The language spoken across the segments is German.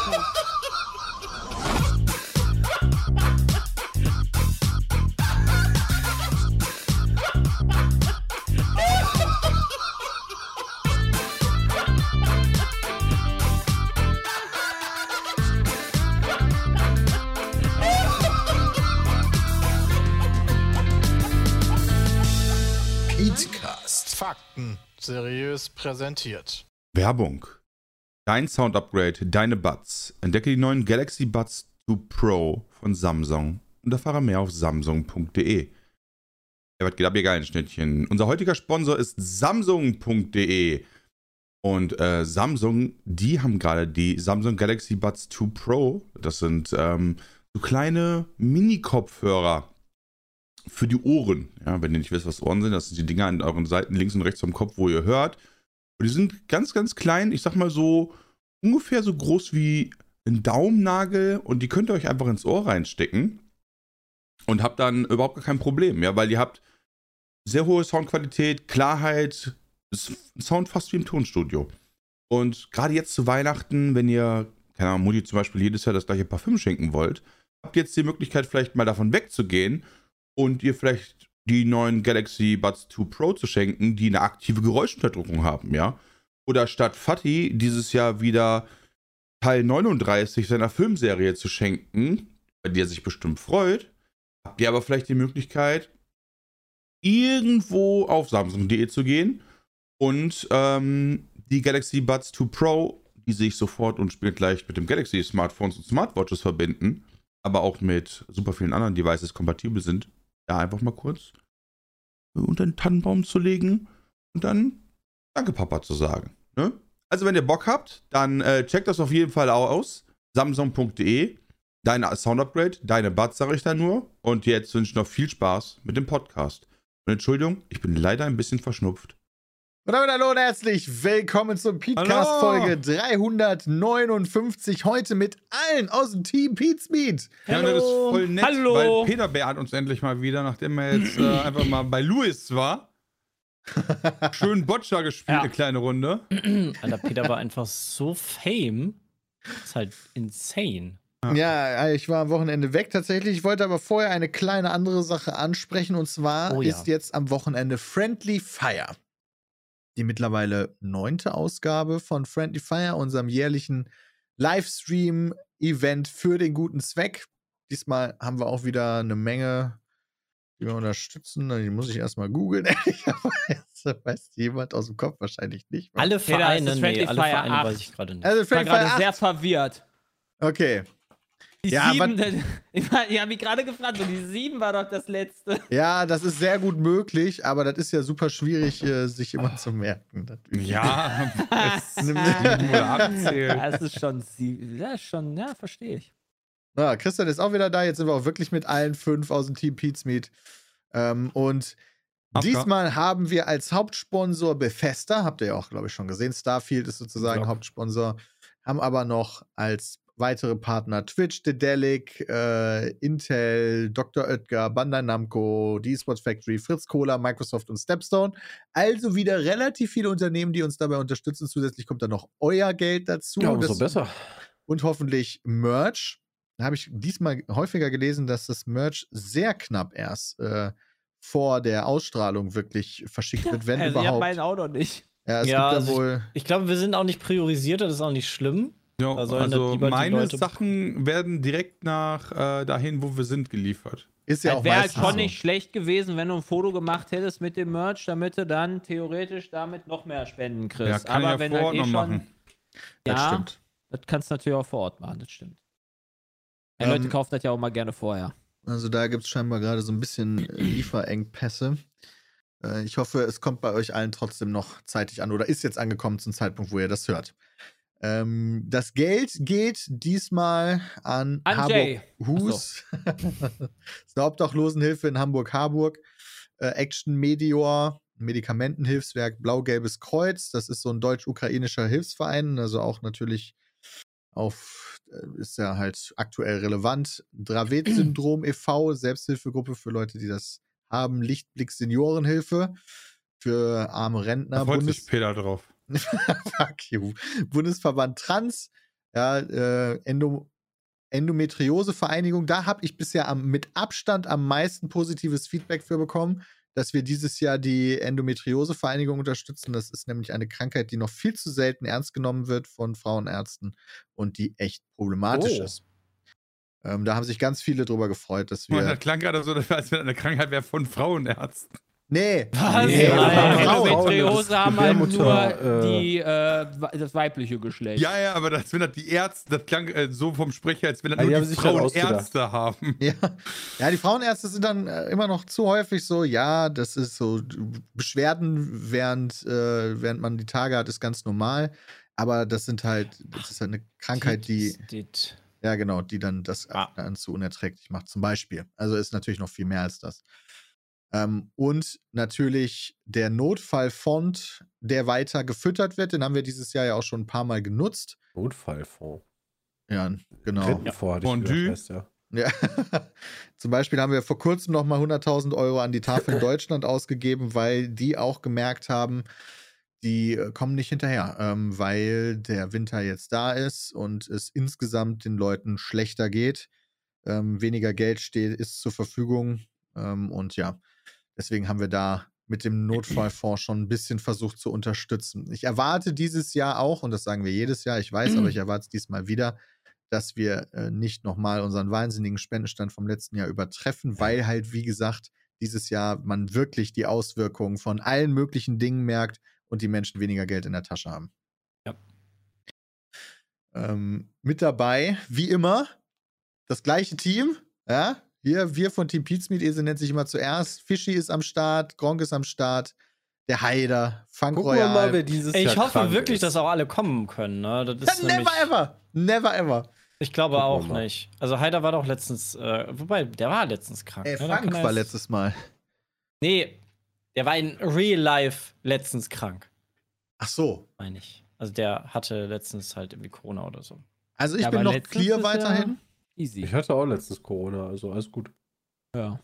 machen. Pizcast. Fakten seriös präsentiert. Werbung. Dein Sound-Upgrade, deine Buds. Entdecke die neuen Galaxy Buds 2 Pro von Samsung und erfahre mehr auf samsung.de. Ja, was geht ab, ihr geilen Schnittchen? Unser heutiger Sponsor ist samsung.de. Und äh, Samsung, die haben gerade die Samsung Galaxy Buds 2 Pro. Das sind ähm, so kleine Mini-Kopfhörer für die Ohren. Ja, wenn ihr nicht wisst, was Ohren sind, das sind die Dinger an euren Seiten links und rechts vom Kopf, wo ihr hört. Und die sind ganz, ganz klein. Ich sag mal so ungefähr so groß wie ein Daumennagel und die könnt ihr euch einfach ins Ohr reinstecken und habt dann überhaupt gar kein Problem, ja, weil ihr habt sehr hohe Soundqualität, Klarheit, ist ein Sound fast wie im Tonstudio. Und gerade jetzt zu Weihnachten, wenn ihr, keine Ahnung, Mutti zum Beispiel jedes Jahr das gleiche Parfüm schenken wollt, habt ihr jetzt die Möglichkeit, vielleicht mal davon wegzugehen und ihr vielleicht die neuen Galaxy Buds 2 Pro zu schenken, die eine aktive Geräuschunterdrückung haben, ja. Oder statt Fatih dieses Jahr wieder Teil 39 seiner Filmserie zu schenken, bei der er sich bestimmt freut, habt ihr aber vielleicht die Möglichkeit, irgendwo auf Samsung.de E zu gehen und ähm, die Galaxy Buds 2 Pro, die sich sofort und spielgleich mit dem Galaxy Smartphones und Smartwatches verbinden, aber auch mit super vielen anderen Devices kompatibel sind, da einfach mal kurz unter den Tannenbaum zu legen und dann Danke, Papa, zu sagen. Ne? Also, wenn ihr Bock habt, dann äh, checkt das auf jeden Fall auch aus. Samsung.de, dein Sound-Upgrade, deine Buds, sage ich da nur. Und jetzt wünsche ich noch viel Spaß mit dem Podcast. Und Entschuldigung, ich bin leider ein bisschen verschnupft. Und damit hallo und herzlich willkommen zum Pizcast Hallo. Folge 359. Heute mit allen aus dem Team Pizmeet. Ja, und das ist voll nett, Hallo. weil Peter Bär hat uns endlich mal wieder, nachdem er jetzt äh, einfach mal bei Louis war, schön Boccia gespielt, Ja. eine kleine Runde. Alter, Peter war einfach so fame. Das ist halt insane. Ja, äh, ich war am Wochenende weg tatsächlich. Ich wollte aber vorher eine kleine andere Sache ansprechen und zwar Oh ja. ist jetzt am Wochenende Friendly Fire. Die mittlerweile neunte Ausgabe von Friendly Fire, unserem jährlichen Livestream-Event für den guten Zweck. Diesmal haben wir auch wieder eine Menge, die wir unterstützen. Die muss ich erstmal googeln. Ehrlicherweise weiß jemand aus dem Kopf wahrscheinlich nicht. Alle Peter, es Vereine, ist nee, Friendly alle Fire Vereine 8. weiß ich gerade nicht. Also Ich war Friendly gerade Fire sehr 8. verwirrt. Okay. Die Ja, sieben, ich, war, ich habe mich gerade gefragt, so die sieben war doch das letzte. Ja, das ist sehr gut möglich, aber das ist ja super schwierig, äh, sich immer zu merken. Das- Ja, das abzählen. ist schon sieben. Ja, schon, ja, verstehe ich. Na, Christian ist auch wieder da. Jetzt sind wir auch wirklich mit allen fünf aus dem Team Pizmeet. Ähm, und Abga- diesmal haben wir als Hauptsponsor Bethesda, habt ihr ja auch, glaube ich, schon gesehen. Starfield ist sozusagen Ja. Hauptsponsor. Haben aber noch als weitere Partner Twitch, Dedelic, äh, Intel, Dr. Oetker, Bandai Namco, die eSports Factory, Fritz Kohler, Microsoft und Stepstone. Also wieder relativ viele Unternehmen, die uns dabei unterstützen. Zusätzlich kommt dann noch euer Geld dazu. Das- und hoffentlich Merch. Da habe ich diesmal häufiger gelesen, dass das Merch sehr knapp erst äh, vor der Ausstrahlung wirklich verschickt wird, wenn also, ich habe meinen überhaupt. auch noch nicht. Ja, es Ja, gibt ja also ich- wohl. Ich glaube, wir sind auch nicht priorisiert, das ist auch nicht schlimm. Ja, Da sollen dann also lieber die meine Leute- Sachen werden direkt nach äh, dahin, wo wir sind, geliefert. Ist ja Ja, auch Wäre halt meistens schon so. nicht schlecht gewesen, wenn du ein Foto gemacht hättest mit dem Merch, damit du dann theoretisch damit noch mehr Spenden Ja, kriegst. kann Aber ich ja wenn vor halt Ort eh noch schon, machen. Ja, Das das, stimmt. kannst du natürlich auch vor Ort machen, das stimmt. Die Ähm, Leute kaufen das ja auch mal gerne vorher. Also da gibt es scheinbar gerade so ein bisschen äh, Lieferengpässe. Äh, Ich hoffe, es kommt bei euch allen trotzdem noch zeitig an oder ist jetzt angekommen zum Zeitpunkt, wo ihr das hört. Ähm, das Geld geht diesmal an An Harburg Jay. Hus, ist eine Obdachlosenhilfe in Hamburg-Harburg, äh, Action Medior, Medikamentenhilfswerk Blau-Gelbes Kreuz. Das ist so ein deutsch-ukrainischer Hilfsverein, also auch natürlich auf, äh, ist ja halt aktuell relevant. Dravet-Syndrom e.V., Selbsthilfegruppe für Leute, die das haben. Lichtblick Seniorenhilfe für arme Da Rentner. freut Bundes sich Peter drauf. Fuck you. Bundesverband Trans, Ja, äh, Endo Endometriose-Vereinigung, da habe ich bisher am, mit Abstand am meisten positives Feedback für bekommen, dass wir dieses Jahr die Endometriose-Vereinigung unterstützen. Das ist nämlich eine Krankheit, die noch viel zu selten ernst genommen wird von Frauenärzten und die echt problematisch Oh. ist. Ähm, da haben sich ganz viele drüber gefreut, dass Man, das wir. klang gerade so, als wenn eine Krankheit wäre von Frauenärzten. Nee! Was? Nee, Nein, Frauen. Endometriose haben halt Gebärmutter, nur äh, die, äh, we- das weibliche Geschlecht. Ja, ja, aber als wenn das die Ärzte, das klang äh, so vom Sprecher, als wenn das Ja, die nur haben die sich gerade Frauenärzte haben. Ja. ja, die Frauenärzte sind dann äh, immer noch zu häufig so, ja, das ist so, Beschwerden während, äh, während man die Tage hat, ist ganz normal. Aber das sind halt, das ist halt eine Krankheit, die, Dit. ja genau, die dann das Ah. dann zu unerträglich macht, zum Beispiel. Also ist natürlich noch viel mehr als das. Ähm, und natürlich der Notfallfond, der weiter gefüttert wird, den haben wir dieses Jahr ja auch schon ein paar Mal genutzt. Notfallfonds. Ja, genau. Rentenfonds hatte Fondue. gedacht, heißt der. Ja. Zum Beispiel haben wir vor kurzem nochmal 100.000 Euro an die Tafel in Deutschland ausgegeben, weil die auch gemerkt haben, die äh, kommen nicht hinterher, ähm, weil der Winter jetzt da ist und es insgesamt den Leuten schlechter geht. Ähm, weniger Geld steht, ist zur Verfügung. Ähm, und ja, deswegen haben wir da mit dem Notfallfonds schon ein bisschen versucht zu unterstützen. Ich erwarte dieses Jahr auch, und das sagen wir jedes Jahr, ich weiß, aber ich erwarte es diesmal wieder, dass wir äh, nicht nochmal unseren wahnsinnigen Spendenstand vom letzten Jahr übertreffen, weil halt, wie gesagt, dieses Jahr man wirklich die Auswirkungen von allen möglichen Dingen merkt und die Menschen weniger Geld in der Tasche haben. Ja. Ähm, mit dabei, wie immer, das gleiche Team. Ja, wir, wir von Team Pizmeet Esel nennt sich immer zuerst. Fischi ist am Start, Gronk ist am Start, der Haider, Funk Gucken wir Royal. mal, wer dieses Jahr Ich hoffe krank wirklich, ist. dass auch alle kommen können. Ne? Das ist never nämlich- ever! Never ever! Ich glaube Gucken wir auch mal. nicht. Also Haider war doch letztens, äh, wobei, der war letztens krank. Ey, ne? Da Frank kann er war jetzt- letztes Mal. Nee, der war in Real Life letztens krank, Ach so. meine ich. Also der hatte letztens halt irgendwie Corona oder so. Also ich Ja, bin aber noch letztens clear ist ja- weiterhin. Easy. Ich hatte auch letztens Corona, also alles gut. Ja.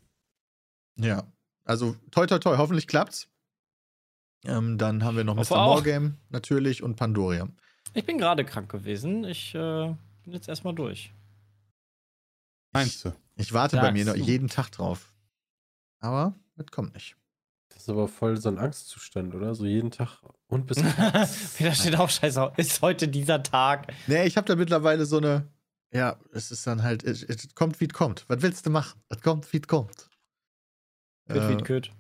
Ja. Also toi toi toi, hoffentlich klappt's. Ähm, dann haben wir noch Hoffe Mr. auch. Morgame natürlich und Pandoria. Ich bin gerade krank gewesen. Ich äh, bin jetzt erstmal durch. Meinst du? Ich warte bei Sagst mir noch du. jeden Tag drauf. Aber das kommt nicht. Das ist aber voll so ein Angstzustand, oder? So jeden Tag und bis. Peter steht auf, scheiße, ist heute dieser Tag. Nee, ich habe da mittlerweile so eine. Ja, es ist dann halt, es, es kommt, wie es kommt. Was willst du machen? Es kommt, wie es kommt. Küt, Äh, wie küt.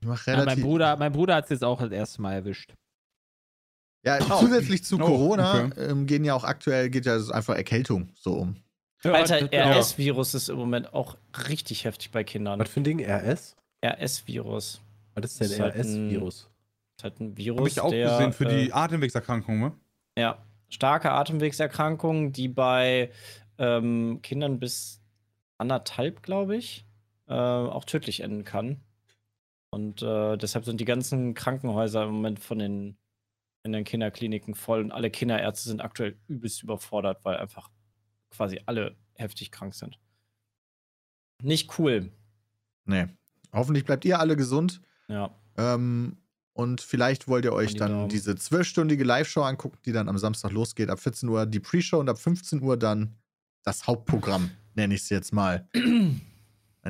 ich mache Ja, mein relativ. Bruder, mein Bruder hat es jetzt auch das erste Mal erwischt. Ja, Oh. zusätzlich zu Oh, Corona okay. ähm, gehen ja auch aktuell geht ja einfach Erkältung so um. Alter, ja. RS-Virus ist im Moment auch richtig heftig bei Kindern. Was für ein Ding? RS? RS-Virus. Was ist denn Ist halt ein- RS-Virus? Ist halt ein Habe Virus, ich auch der, gesehen für äh, die Atemwegserkrankung, ne? Ja, starke Atemwegserkrankungen, die bei ähm, Kindern bis anderthalb, glaube ich, äh, auch tödlich enden kann. Und äh, deshalb sind die ganzen Krankenhäuser im Moment von den, in den Kinderkliniken voll und alle Kinderärzte sind aktuell übelst überfordert, weil einfach quasi alle heftig krank sind. Nicht cool. Nee. Hoffentlich bleibt ihr alle gesund. Ja. Ähm, und vielleicht wollt ihr euch die dann Daumen. diese zwölfstündige Live-Show angucken, die dann am Samstag losgeht. Ab 14 Uhr die Pre-Show und ab 15 Uhr dann das Hauptprogramm, nenne ich es jetzt mal. In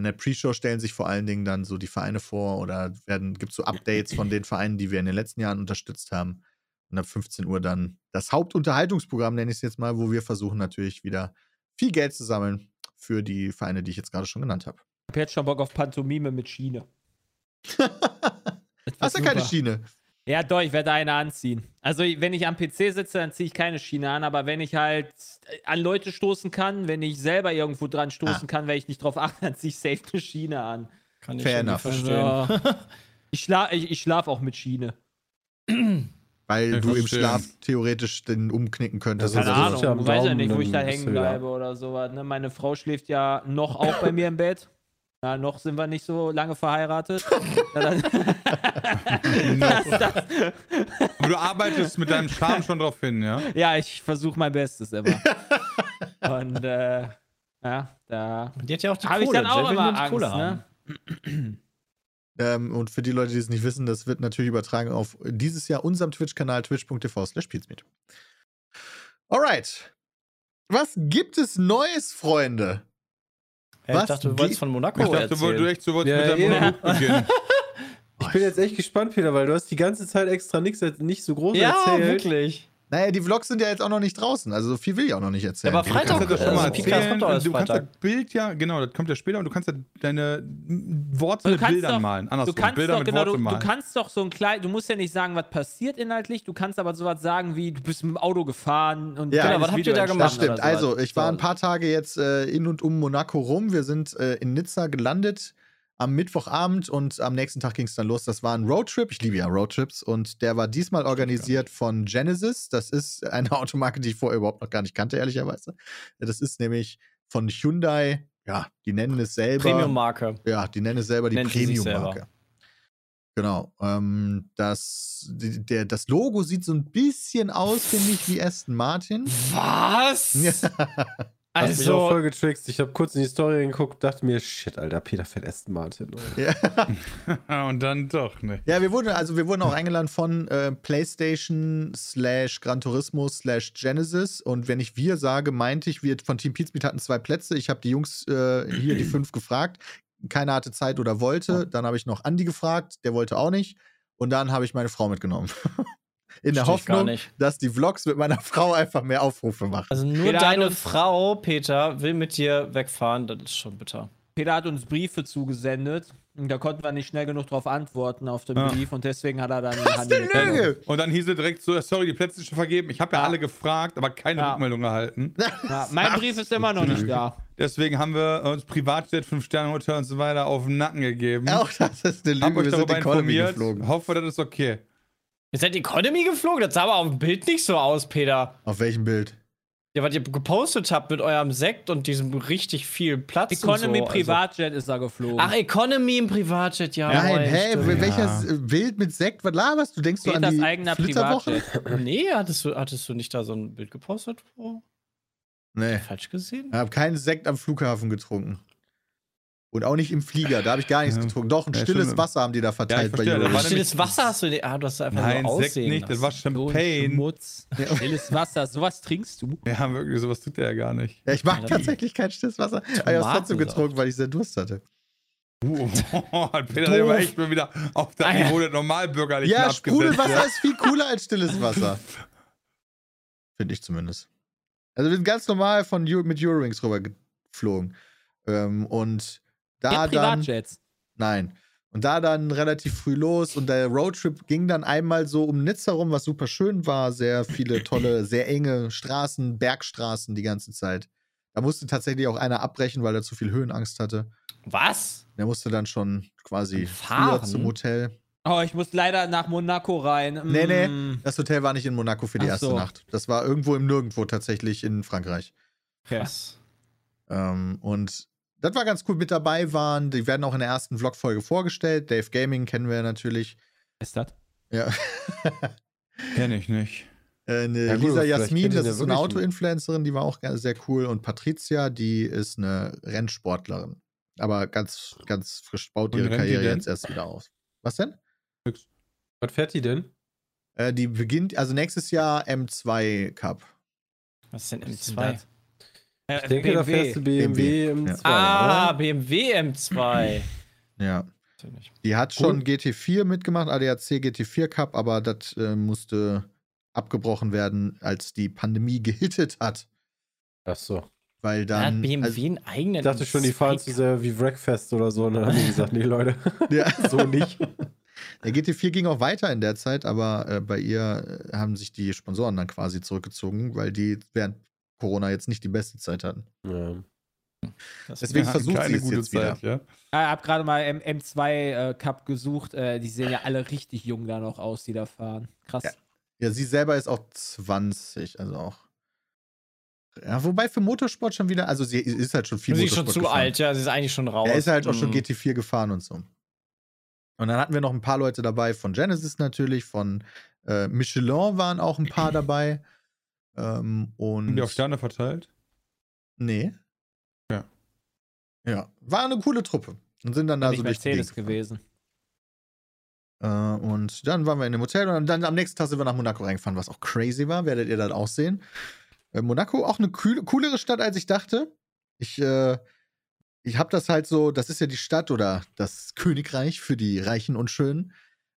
der Pre-Show stellen sich vor allen Dingen dann so die Vereine vor oder werden gibt so Updates von den Vereinen, die wir in den letzten Jahren unterstützt haben. Und ab 15 Uhr dann das Hauptunterhaltungsprogramm, nenne ich es jetzt mal, wo wir versuchen natürlich wieder viel Geld zu sammeln für die Vereine, die ich jetzt gerade schon genannt habe. Ich hab jetzt schon Bock auf Pantomime mit Schiene. Das wird Hast du keine super. Schiene? Ja, doch, ich werde eine anziehen. Also, ich- wenn ich am PC sitze, dann ziehe ich keine Schiene an, aber wenn ich halt äh, an Leute stoßen kann, wenn ich selber irgendwo dran stoßen Ah. kann, weil ich nicht drauf achte, dann ziehe ich safe eine Schiene an. Kann Fair irgendwie enough. Also, verstehen. Ich schlafe ich, ich schlaf auch mit Schiene. Weil Ja, du im verstehe. Schlaf theoretisch den umknicken könntest. Ja, Keine Also, das Ahnung, ist ja am ich weiß ja Daumen, nicht, wo ich da dann bist hängen du wieder- bleibe oder sowas. Ne? Meine Frau schläft ja noch auch bei mir im Bett. Ja, noch sind wir nicht so lange verheiratet. ja, dann, Aber du arbeitest mit deinem Charme schon drauf hin, ja? ja, ich versuche mein Bestes immer. Und äh, ja, da Die hat ja auch die habe ich Kohle. dann auch Jay will nur immer die Angst. Kohle haben. Ne? Ähm, und für die Leute, die es nicht wissen, das wird natürlich übertragen auf dieses Jahr unserem Twitch-Kanal twitch.tv slash Alright. Was gibt es Neues, Freunde? Hä, Was ich dachte, du wolltest geht- von Ich Monaco dachte, du erzählen. wolltest, du echt, du wolltest Ja, mit deinem eben. Monolog beginnen. Ich bin jetzt echt gespannt, Peter, weil du hast die ganze Zeit extra nichts, nicht so groß ja, erzählt. wirklich. Naja, die Vlogs sind ja jetzt auch noch nicht draußen, also so viel will ich auch noch nicht erzählen. Ja, aber Du kannst Freitag, das schon mal also Podcast erzählen. kommt doch erst Äh, Du kannst das Freitag. Bild ja, genau, das kommt ja später und du kannst ja deine Worte Du mit kannst Bildern doch- malen. Du Andersrum, kannst, Bilder doch, mit genau, du, Worten du malen. kannst doch so ein klein, du musst ja nicht sagen, was passiert inhaltlich, du kannst aber sowas sagen wie, du bist im Auto gefahren und Ja, genau, ein kleines was habt Video ihr da entstanden Das machen stimmt. oder sowas. Also, ich war So. ein paar Tage jetzt äh, in und um Monaco rum. Wir sind äh, in Nizza gelandet am Mittwochabend und am nächsten Tag ging es dann los. Das war ein Roadtrip. Ich liebe ja Roadtrips und der war diesmal organisiert von Genesis. Das ist eine Automarke, die ich vorher überhaupt noch gar nicht kannte, ehrlicherweise. Das ist nämlich von Hyundai. Ja, die nennen es selber. Premium-Marke. Ja, die nennen es selber die Nennt sie sich Premium-Marke. Genau. Ähm, das, die, der, das Logo sieht so ein bisschen aus, finde ich, wie Aston Martin. Was? Ja. Hast mich auch Also, voll getrickst. Ich habe kurz in die Story geguckt, dachte mir, shit, Alter, Peter fährt Aston Martin. Ja. und dann doch, ne. ja, wir wurden, also wir wurden auch eingeladen von äh, PlayStation slash Gran Turismo slash Genesis. Und wenn ich wir sage, meinte ich, wir von Team Pizmeet hatten zwei Plätze. Ich habe die Jungs äh, hier, die fünf, gefragt. Keiner hatte Zeit oder wollte. Dann habe ich noch Andi gefragt, der wollte auch nicht. Und dann habe ich meine Frau mitgenommen. In der verstehe ich gar Hoffnung, nicht. dass die Vlogs mit meiner Frau einfach mehr Aufrufe machen. Also nur Peter hat deine uns- Frau, Peter, will mit dir wegfahren. Das ist schon bitter. Peter hat uns Briefe zugesendet und da konnten wir nicht schnell genug drauf antworten auf den Ja. Brief und deswegen hat er dann Was Handy eine genommen. Lüge! Und dann hieß es direkt so, sorry, die Plätze sind schon vergeben. Ich habe ja, Ja. alle gefragt, aber keine Ja. Rückmeldung erhalten. Ja, mein Brief ist immer noch nicht da. Deswegen haben wir uns Privatjet, 5-Sterne-Hotel und so weiter auf den Nacken gegeben. Also, Auch das ist eine Hab Lüge. euch Wir sind darüber Economy informiert. geflogen. Hoffe, das ist okay. Ihr seid Economy geflogen? Das sah aber auf dem Bild nicht so aus, Peter. Auf welchem Bild? Ja, was ihr gepostet habt mit eurem Sekt und diesem richtig viel Platz. Economy und so, Privatjet ist da geflogen. Also. Ach, Economy im Privatjet, ja. Nein, moin, hey, stimmt. welches äh, Bild mit Sekt? Was laberst du? Denkst du an Peters die eigener Flitterwochen? Nee, hattest du, hattest du nicht da so ein Bild gepostet? Oh, Nee. falsch gesehen? Ich habe keinen Sekt am Flughafen getrunken. Und auch nicht im Flieger, da habe ich gar nichts Ja. getrunken. Doch, ein Ja, stilles stimmt. Wasser haben die da Ja, ich verteilt verstehe, da bei war Julius. nämlich- Stilles Wascher hast du. nicht- Ah, du hast es einfach Nein, nur Sekt aussehen nicht, das lassen. war So ein Champagne. Schmutz. Stilles Wasser. Sowas trinkst du? Ja, wirklich, sowas tut der ja gar nicht. Ja, ich mag Ja, das- tatsächlich kein stilles Wasser. Aber ich habe trotzdem Tomatensaft. getrunken, weil ich sehr Durst hatte. Uh, Peter, der war echt mal wieder auf der Ah, ja. Niveau der Normalbürgerlichen Ja, abgesetzt. Sprudelwasser ist viel cooler als stilles Wasser. Finde ich zumindest. Also wir sind ganz normal von Eu- mit Eurowings rübergeflogen. Ähm, und da Ihr habt dann. Privatjets. Nein. Und da dann relativ früh los und der Roadtrip ging dann einmal so um Nizza rum, was super schön war. Sehr viele tolle, sehr enge Straßen, Bergstraßen die ganze Zeit. Da musste tatsächlich auch einer abbrechen, weil er zu viel Höhenangst hatte. Was? Der musste dann schon quasi früher Fahren? zum Hotel. Oh, ich muss leider nach Monaco rein. Mm. Nee, nee. Das Hotel war nicht in Monaco für die Ach erste so. Nacht. Das war irgendwo im Nirgendwo tatsächlich in Frankreich. Krass. Ähm, und das war ganz cool. Mit dabei waren, die werden auch in der ersten Vlog-Folge vorgestellt. Dave Gaming kennen wir natürlich. Ist das? Ja. Kenn ich nicht. Äh, ne Ja, gut, Lisa aber vielleicht Jasmin, kennt ihr das ist den ja so eine wirklich. Auto-Influencerin, die war auch ganz- sehr cool. Und Patricia, die ist eine Rennsportlerin. Aber ganz, ganz frisch baut Und ihre rennt die Karriere denn? jetzt erst wieder auf. Was denn? Was fährt die denn? Äh, die beginnt, also nächstes Jahr M2 Cup. Was ist denn Was ist denn M2? das? Äh, Ich denke, da fährst du BMW, BMW, im ja. 2. Ah, oder? BMW M2. Ja. Natürlich. Die hat schon GT4 mitgemacht, ADAC GT4 Cup, aber das äh, musste abgebrochen werden, als die Pandemie gehittet hat. Ach so. Weil Da hat dann. BMW also, einen eigenen. Ich dachte schon, die fahren zu Zweig. sehr wie Wreckfest oder so. Und dann haben die gesagt, nee, Leute, ja, so nicht. der GT4 ging auch weiter in der Zeit, aber äh, bei ihr äh, haben sich die Sponsoren dann quasi zurückgezogen, weil die während Corona jetzt nicht die beste Zeit hatten. Ja. Das- Wir Deswegen hatten versucht keine sie es gute jetzt Zeit, ja. Ah, Ich hab gerade mal M M2 äh, Cup gesucht. Äh, die sehen ja alle richtig jung da noch aus, die da fahren. Krass. Ja. Ja, sie selber ist auch 20, also auch. Ja, wobei für Motorsport schon wieder, also sie ist halt schon viel Sie ist schon Motorsport zu gefahren. alt, ja, sie ist eigentlich schon raus. Er ist halt auch schon Mm. GT4 gefahren und so. Und dann hatten wir noch ein paar Leute dabei, von Genesis natürlich, von äh, Michelin waren auch ein paar dabei. Ähm, und Haben die auch Sterne verteilt? Nee. Ja. Ja, war eine coole Truppe. Und sind dann da nicht so also durch die Mercedes Gegend gewesen. gefahren. Äh, und dann waren wir in dem Hotel und dann am nächsten Tag sind wir nach Monaco reingefahren, was auch crazy war. Werdet ihr dann auch sehen. Äh, Monaco auch eine kühl- coolere Stadt, als ich dachte. Ich, äh, ich habe das halt so, das ist ja die Stadt oder das Königreich für die Reichen und Schönen.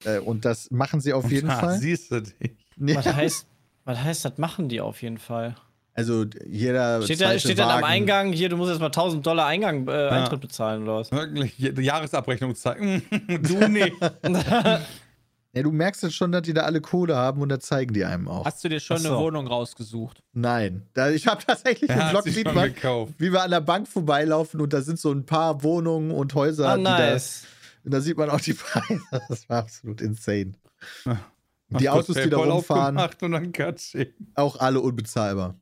Äh, und das machen sie auf jeden Ah, Fall. Siehst du dich. Nee, Was, heißt, was heißt, das machen die auf jeden Fall? also jeder Steht, da, zweite steht dann am Wagen- Eingang, hier, du musst jetzt mal 1000 Dollar Eingang, äh, Eintritt bezahlen oder was? Wirklich, die Jahresabrechnung zeigen. Du nicht. Ah, Ja, du merkst jetzt schon, dass die da alle Kohle haben und da zeigen die einem auch. Hast du dir schon Ach so. eine Wohnung rausgesucht? Nein, da, ich habe tatsächlich Er einen hat Vlog sie sieht schon man, gekauft. wie wir an der Bank vorbeilaufen und da sind so ein paar Wohnungen und Häuser. ah, die da- nice. Und da sieht man auch die Preise. Das war absolut insane. Hast Die kurz Autos, die da PayPal rumfahren, aufgemacht Und dann Katsching. auch alle unbezahlbar.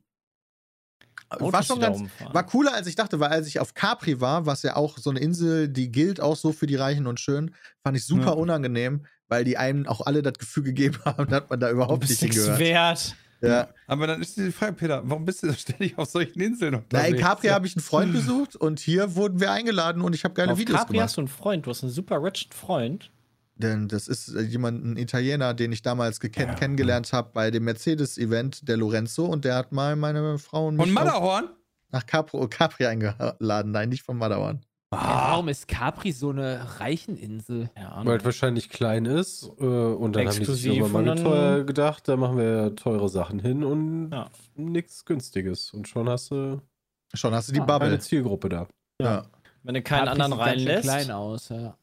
war Autos, schon die da ganz, rumfahren. war cooler, als ich dachte, weil als ich auf Capri war, was ja auch so eine Insel, die gilt auch so für die Reichen und Schönen, fand ich super Ja. unangenehm, weil die einem auch alle das Gefühl gegeben haben, dass man da Du überhaupt nicht bist nichts hingehört. wert. Ja. Aber dann ist die Frage, Peter, warum bist du ständig auf solchen Inseln Na, unterwegs? in Capri habe ich einen Freund besucht und hier wurden wir eingeladen und ich habe geile Auf Videos Capri gemacht. hast du einen Freund, du hast einen super rich Freund. Denn das ist äh, jemand, ein Italiener, den ich damals geken- kennengelernt habe bei dem Mercedes-Event, der Lorenzo, und der hat mal meine Frau und Von mich auf- Matterhorn? nach Capri, oh, Capri eingeladen. Nein, nicht von Madawan. Warum ist Capri so eine Reicheninsel? Ja, Weil es wahrscheinlich klein ist äh, und dann Exklusiv haben die sich irgendwann mal und dann- teuer gedacht, da machen wir teure Sachen hin und Ja. nichts Günstiges. Und schon hast du Schon hast du die Ah, eine Bubble. Zielgruppe da. Ja, Wenn du keinen Capri anderen sieht ganz schön reinlässt. klein aus, ja.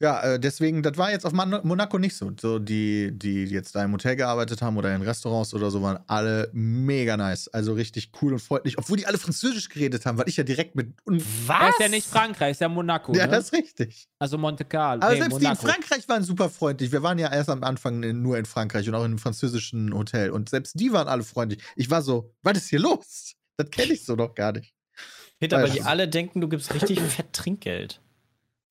ja äh, deswegen, das war jetzt auf Man- Monaco nicht so. so die, die jetzt da im Hotel gearbeitet haben oder in Restaurants oder so, waren alle mega nice. Also richtig cool und freundlich. Obwohl die alle Französisch geredet haben, weil ich ja direkt mit. Un Das ist ja nicht Frankreich, ist ja Monaco. ja, ne? das ist richtig. also Monte Carlo. Aber nee, selbst Monaco. die in Frankreich waren super freundlich. Wir waren ja erst am Anfang in, nur in Frankreich und auch in einem französischen Hotel. Und selbst die waren alle freundlich. Ich war so, was ist hier los? Das kenne ich so doch gar nicht. Peter, weil Weiß die ich. alle denken, du gibst richtig fett Trinkgeld.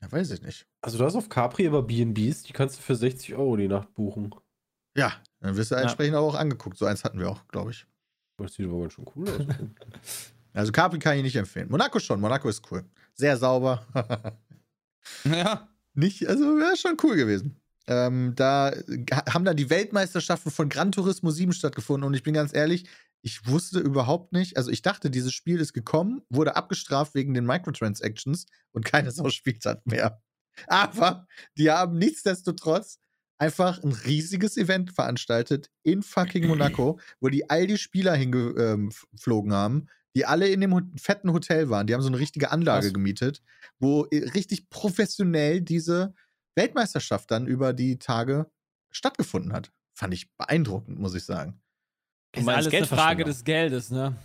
Ja, weiß ich nicht. Also du hast auf Capri aber B&Bs, die kannst du für 60 Euro die Nacht buchen. Ja, dann wirst du Ja. entsprechend aber auch angeguckt. So eins hatten wir auch, glaube ich. Das sieht aber ganz schön cool aus. Also Capri kann ich nicht empfehlen. Monaco schon. Monaco ist cool. Sehr sauber. Ja. nicht, also wäre schon cool gewesen. Ähm, da ha- haben dann die Weltmeisterschaften von Gran Turismo 7 stattgefunden und ich bin ganz ehrlich, ich wusste überhaupt nicht, also ich dachte, dieses Spiel ist gekommen, wurde abgestraft wegen den Microtransactions und keine Sau spielt hat mehr. Aber die haben nichtsdestotrotz einfach ein riesiges Event veranstaltet in fucking Monaco, wo die all die Spieler hingeflogen haben, die alle in dem ho- fetten Hotel waren. Die haben so eine richtige Anlage Krass. gemietet, wo i- richtig professionell diese Weltmeisterschaft dann über die Tage stattgefunden hat. Fand ich beeindruckend, muss ich sagen. Du Ist meinst alles eine Geldverschwendung. Frage des Geldes, ne?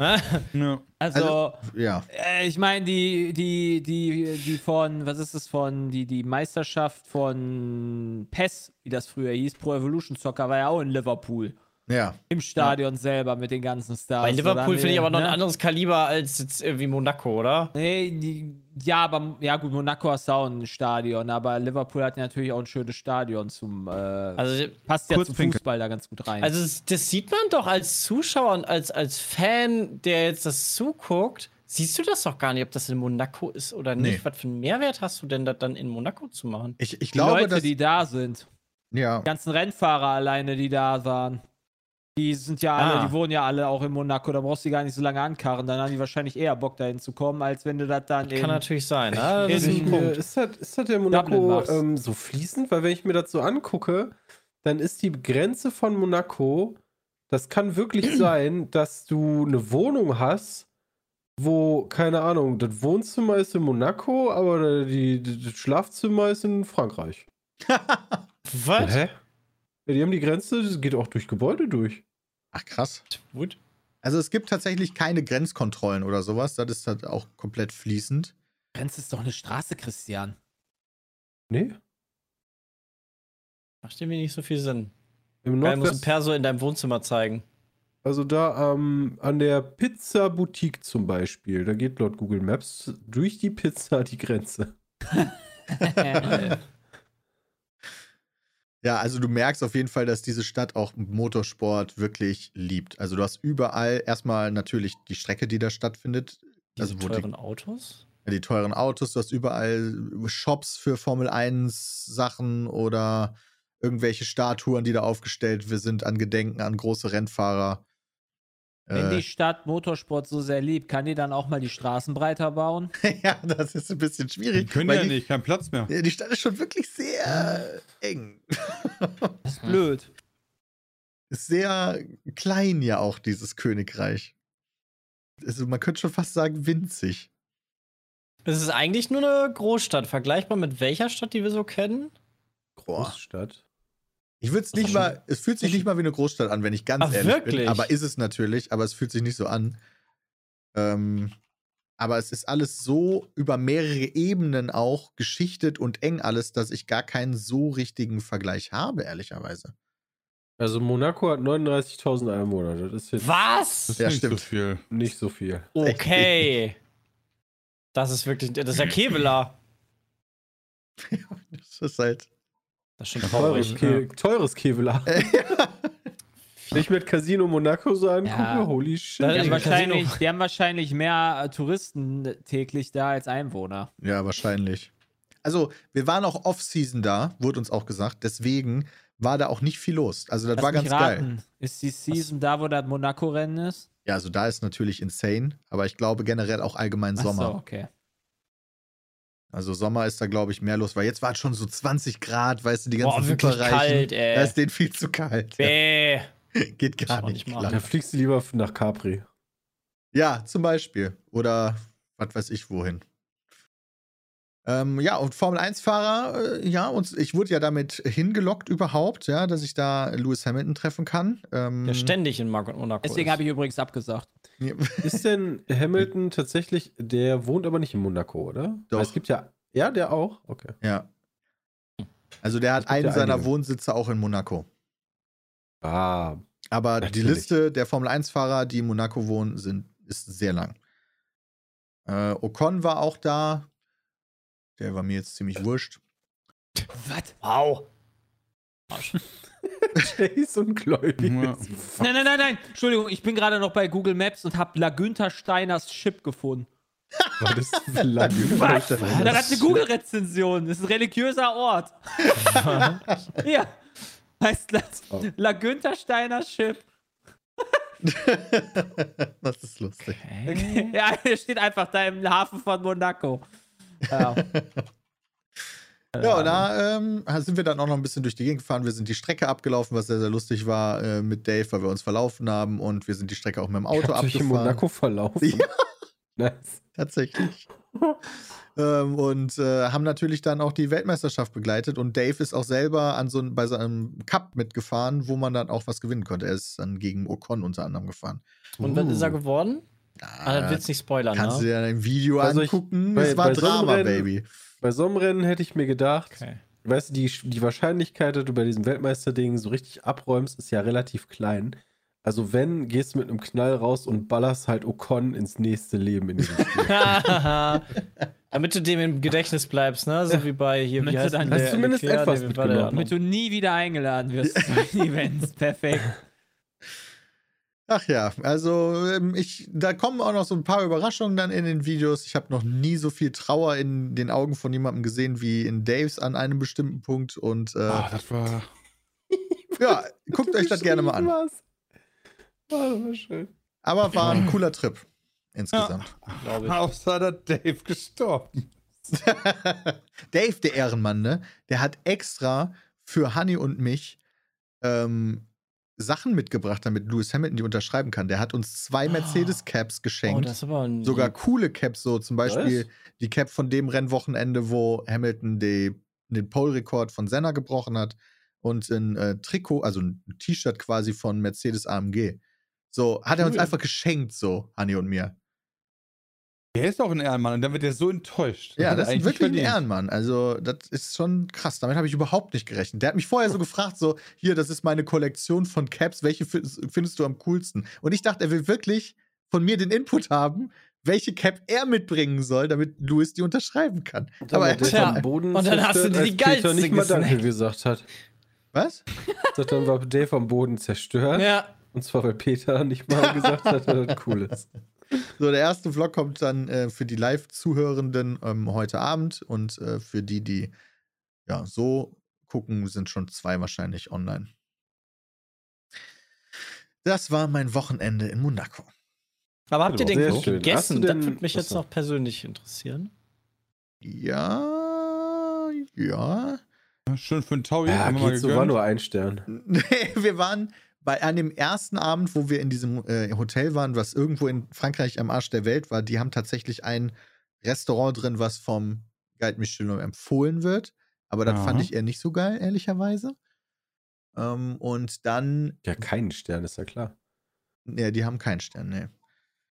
ja. Also, Ja, äh, ich meine, die, die, die, die von, was ist es von, die, die Meisterschaft von PES, wie das früher hieß, Pro Evolution Soccer, war ja auch in Liverpool. ja. Im Stadion selber mit den ganzen Stars. Bei Liverpool Oder finde ich aber noch ne? ein anderes Kaliber als jetzt irgendwie Monaco, oder? Nee, die, ja, aber ja gut, Monaco hat auch ein Stadion, aber Liverpool hat natürlich auch ein schönes Stadion zum äh, Also, passt ja zum Kurzwinkel. Fußball da ganz gut rein. also es- das sieht man doch als Zuschauer und als, als Fan, der jetzt das zuguckt, siehst du das doch gar nicht, ob das in Monaco ist oder nicht. Nee. Was für einen Mehrwert hast du denn, das dann in Monaco zu machen? Ich, ich die glaube, Leute, dass. die da sind, ja. die ganzen Rennfahrer alleine, die da waren. Die sind ja Ah. alle, die wohnen ja alle auch in Monaco, da brauchst du die gar nicht so lange ankarren, dann haben die wahrscheinlich eher Bock dahin zu kommen, als wenn du das dann Kann in natürlich sein. Ne? Das ist Ich, ein äh, Punkt. Ist das, ist das der Dublin Monaco machst. ähm, so fließend? Weil wenn ich mir das so angucke, dann ist die Grenze von Monaco, das kann wirklich sein, dass du eine Wohnung hast, wo, keine Ahnung, das Wohnzimmer ist in Monaco, aber die, die, das Schlafzimmer ist in Frankreich. Was? Hä? Ja, die haben die Grenze, das geht auch durch Gebäude durch. Ach, krass. Gut. Also es gibt tatsächlich keine Grenzkontrollen oder sowas. Das ist halt auch komplett fließend. Grenze ist doch eine Straße, Christian. Nee. Macht mir nicht so viel Sinn. Im Du musst ein Nordwest, Perso in deinem Wohnzimmer zeigen. also da ähm, an der Pizza Boutique zum Beispiel, da geht laut Google Maps durch die Pizza die Grenze. Ja, also du merkst auf jeden Fall, dass diese Stadt auch Motorsport wirklich liebt. Also du hast überall erstmal natürlich die Strecke, die da stattfindet. Also, Diese wo teuren Autos? Ja, die teuren Autos, du hast überall Shops für Formel 1 Sachen oder irgendwelche Statuen, die da aufgestellt wir- sind an Gedenken an große Rennfahrer. Wenn Äh, die Stadt Motorsport so sehr liebt, kann die dann auch mal die Straßen breiter bauen? Äh, ja, das ist ein bisschen Die schwierig. können weil ja die, nicht, kein Platz mehr. Die Stadt ist schon wirklich sehr eng. Das ist Hm. blöd. ist sehr klein ja auch, dieses Königreich. Also man könnte schon fast sagen winzig. Es ist eigentlich nur eine Großstadt, vergleichbar mit welcher Stadt, die wir so kennen. Boah. Großstadt. Ich würde es nicht mal, es fühlt sich nicht mal wie eine Großstadt an, wenn ich ganz Ach, ehrlich bin. wirklich? Aber ist es natürlich, aber es fühlt sich nicht so an. Ähm, aber es ist alles so über mehrere Ebenen auch geschichtet und eng alles, dass ich gar keinen so richtigen Vergleich habe, ehrlicherweise. Also Monaco hat 39.000 Einwohner. Das ist jetzt Das ist Was? Ja, nicht stimmt. so viel. nicht so viel. Okay. Das ist wirklich, das ist ja Keveler. Das ist halt. Das ist schon Teures, traurig. Ke teures Kevlar. Wenn ich mir das Casino Monaco so angucke, Ja. holy Da- Die Ja, im haben, shit. Casino. wahrscheinlich, die haben wahrscheinlich mehr äh, Touristen täglich da als Einwohner. Ja, wahrscheinlich. Also, wir waren auch Off-Season da, wurde uns auch gesagt. Deswegen war da auch nicht viel los. Also, das Lass war mich ganz geil. Ist die Season da, wo das Monaco-Rennen ist? Ja, also da ist natürlich insane, aber ich glaube generell auch allgemein Ach Sommer. So, okay. Also Sommer ist da, glaube ich, mehr los, weil jetzt war es schon so 20 Grad, weißt du, die ganzen Boah, wirklich Superreichen. kalt, ey. Da ist denen viel zu kalt. Ja, Bäh. geht gar Muss man nicht. nicht Klar. machen. Dann fliegst du lieber nach Capri. Ja, zum Beispiel. Oder was weiß ich wohin. Ähm, ja, und Formel 1-Fahrer, äh, ja, und ich wurde ja damit hingelockt überhaupt, ja, dass ich da Lewis Hamilton treffen kann. Ähm, Der ständig in Mark- Monaco. Deswegen habe ich übrigens abgesagt. Ist denn Hamilton tatsächlich, der wohnt aber nicht in Monaco, oder? Doch. Es gibt ja, ja, der auch. Okay. Ja. Also der hat Es gibt einen ja seiner einige. Wohnsitze auch in Monaco. Ah, Aber die Natürlich. Liste der Formel 1-Fahrer, die in Monaco wohnen, sind, ist sehr lang. Äh, Ocon war auch da. Der war mir jetzt ziemlich wurscht. Was? Wow. Chase und Gläubig. Ja. Nein, nein, nein, nein. Entschuldigung, ich bin gerade noch bei Google Maps und habe Lagünther Steiners Chip gefunden. War das lange? Was? Das- Das hat eine Google-Rezension. Das ist ein religiöser Ort. ja. Heißt La Oh. Lagünther Steiner Chip. das ist lustig. Okay. Ja, der steht einfach da im Hafen von Monaco. Ja. Ja, und da ähm, sind wir dann auch noch ein bisschen durch die Gegend gefahren. Wir sind die Strecke abgelaufen, was sehr, sehr lustig war äh, mit Dave, weil wir uns verlaufen haben. Und wir sind die Strecke auch mit dem Auto Habt ihr euch in abgefahren. Monaco verlaufen. Ja. Nice. Tatsächlich. ähm, und äh, haben natürlich dann auch die Weltmeisterschaft begleitet. Und Dave ist auch selber an so, ein- bei seinem Cup mitgefahren, wo man dann auch was gewinnen konnte. Er ist dann gegen Ocon unter anderem gefahren. Und was ist er geworden? Ah, das Äh, willst du nicht spoilern, Uh. kannst du ne? dir dann im Video Also ich- angucken. bei- es war bei so einem Drama, Rennen- Baby. Bei so einem Rennen hätte ich mir gedacht, Okay. weißt du, die, die Wahrscheinlichkeit, dass du bei diesem Weltmeisterding so richtig abräumst, ist ja relativ klein. Also wenn, gehst du mit einem Knall raus und ballerst halt Ocon ins nächste Leben in diesem Spiel. Damit du dem im Gedächtnis bleibst, ne? So wie bei hier, Damit wie du heißt dann- denn Hast der zumindest Leclerc? etwas Nee, wie war der mitgenommen. Damit du nie wieder eingeladen wirst zu solchen Events. Perfekt. Ach ja, also ähm, ich, da kommen auch noch so ein paar Überraschungen dann in den Videos. Ich habe noch nie so viel Trauer in den Augen von jemandem gesehen wie in Daves an einem bestimmten Punkt. Und äh, Ah, das war. ja, guckt euch das gerne mal an. Ah, das war schön. Aber war ein cooler Trip insgesamt. Glaub ich. Außer der Dave gestorben. Dave, der Ehrenmann, ne? Der hat extra für Honey und mich ähm, Sachen mitgebracht, damit Lewis Hamilton die unterschreiben kann. Der hat uns zwei Mercedes-Caps Ah. Oh, geschenkt. das ist aber Mhm. ein Sogar coole Caps, so zum Beispiel Was? die Cap von dem Rennwochenende, wo Hamilton die, den Pole-Rekord von Senna gebrochen hat und ein äh, Trikot, also ein T-Shirt quasi von Mercedes AMG. So, hat er uns Cool. einfach geschenkt, so, Hanni und mir. Der ist auch ein Ehrenmann und dann wird er so enttäuscht. Ja, hat er das ist eigentlich wirklich ein verdient. Ehrenmann. Also, das ist schon krass. Damit habe ich überhaupt nicht gerechnet. Der hat mich vorher so gefragt: so, hier, das ist meine Kollektion von Caps, welche fi- findest du am coolsten? Und ich dachte, er will wirklich von mir den Input haben, welche Cap er mitbringen soll, damit Louis die unterschreiben kann. Aber der ist Tja, am Boden und dann hast du zerstört, dir als die Peter geilste nicht mal gesnackt. Danke gesagt hat. was? Sagt, Dann war Dave am Boden zerstört. Ja. Und zwar, weil Peter nicht mal gesagt hat, dass das cool ist. So, der erste Vlog kommt dann äh, für die Live-Zuhörenden ähm, heute Abend und äh, für die, die ja so gucken, sind schon zwei wahrscheinlich online. Das war mein Wochenende in Monaco. Aber habt ihr Genau, den sehr schön. Hast du gegessen? Das denn- würde mich jetzt Achso. noch persönlich interessieren. Ja, ja. Ja, Schön für einen Taui. Ja, haben wir mal geht so, war gegönnt. nur ein Stern. Nee, wir waren bei an dem ersten Abend, wo wir in diesem äh, Hotel waren, was irgendwo in Frankreich am Arsch der Welt war, die haben tatsächlich ein Restaurant drin, was vom Guide Michelin empfohlen wird. Aber das Ja. fand ich eher nicht so geil, ehrlicherweise. Ähm, und dann, Ja, keinen Stern, ist ja klar. ja, die haben keinen Stern, nee.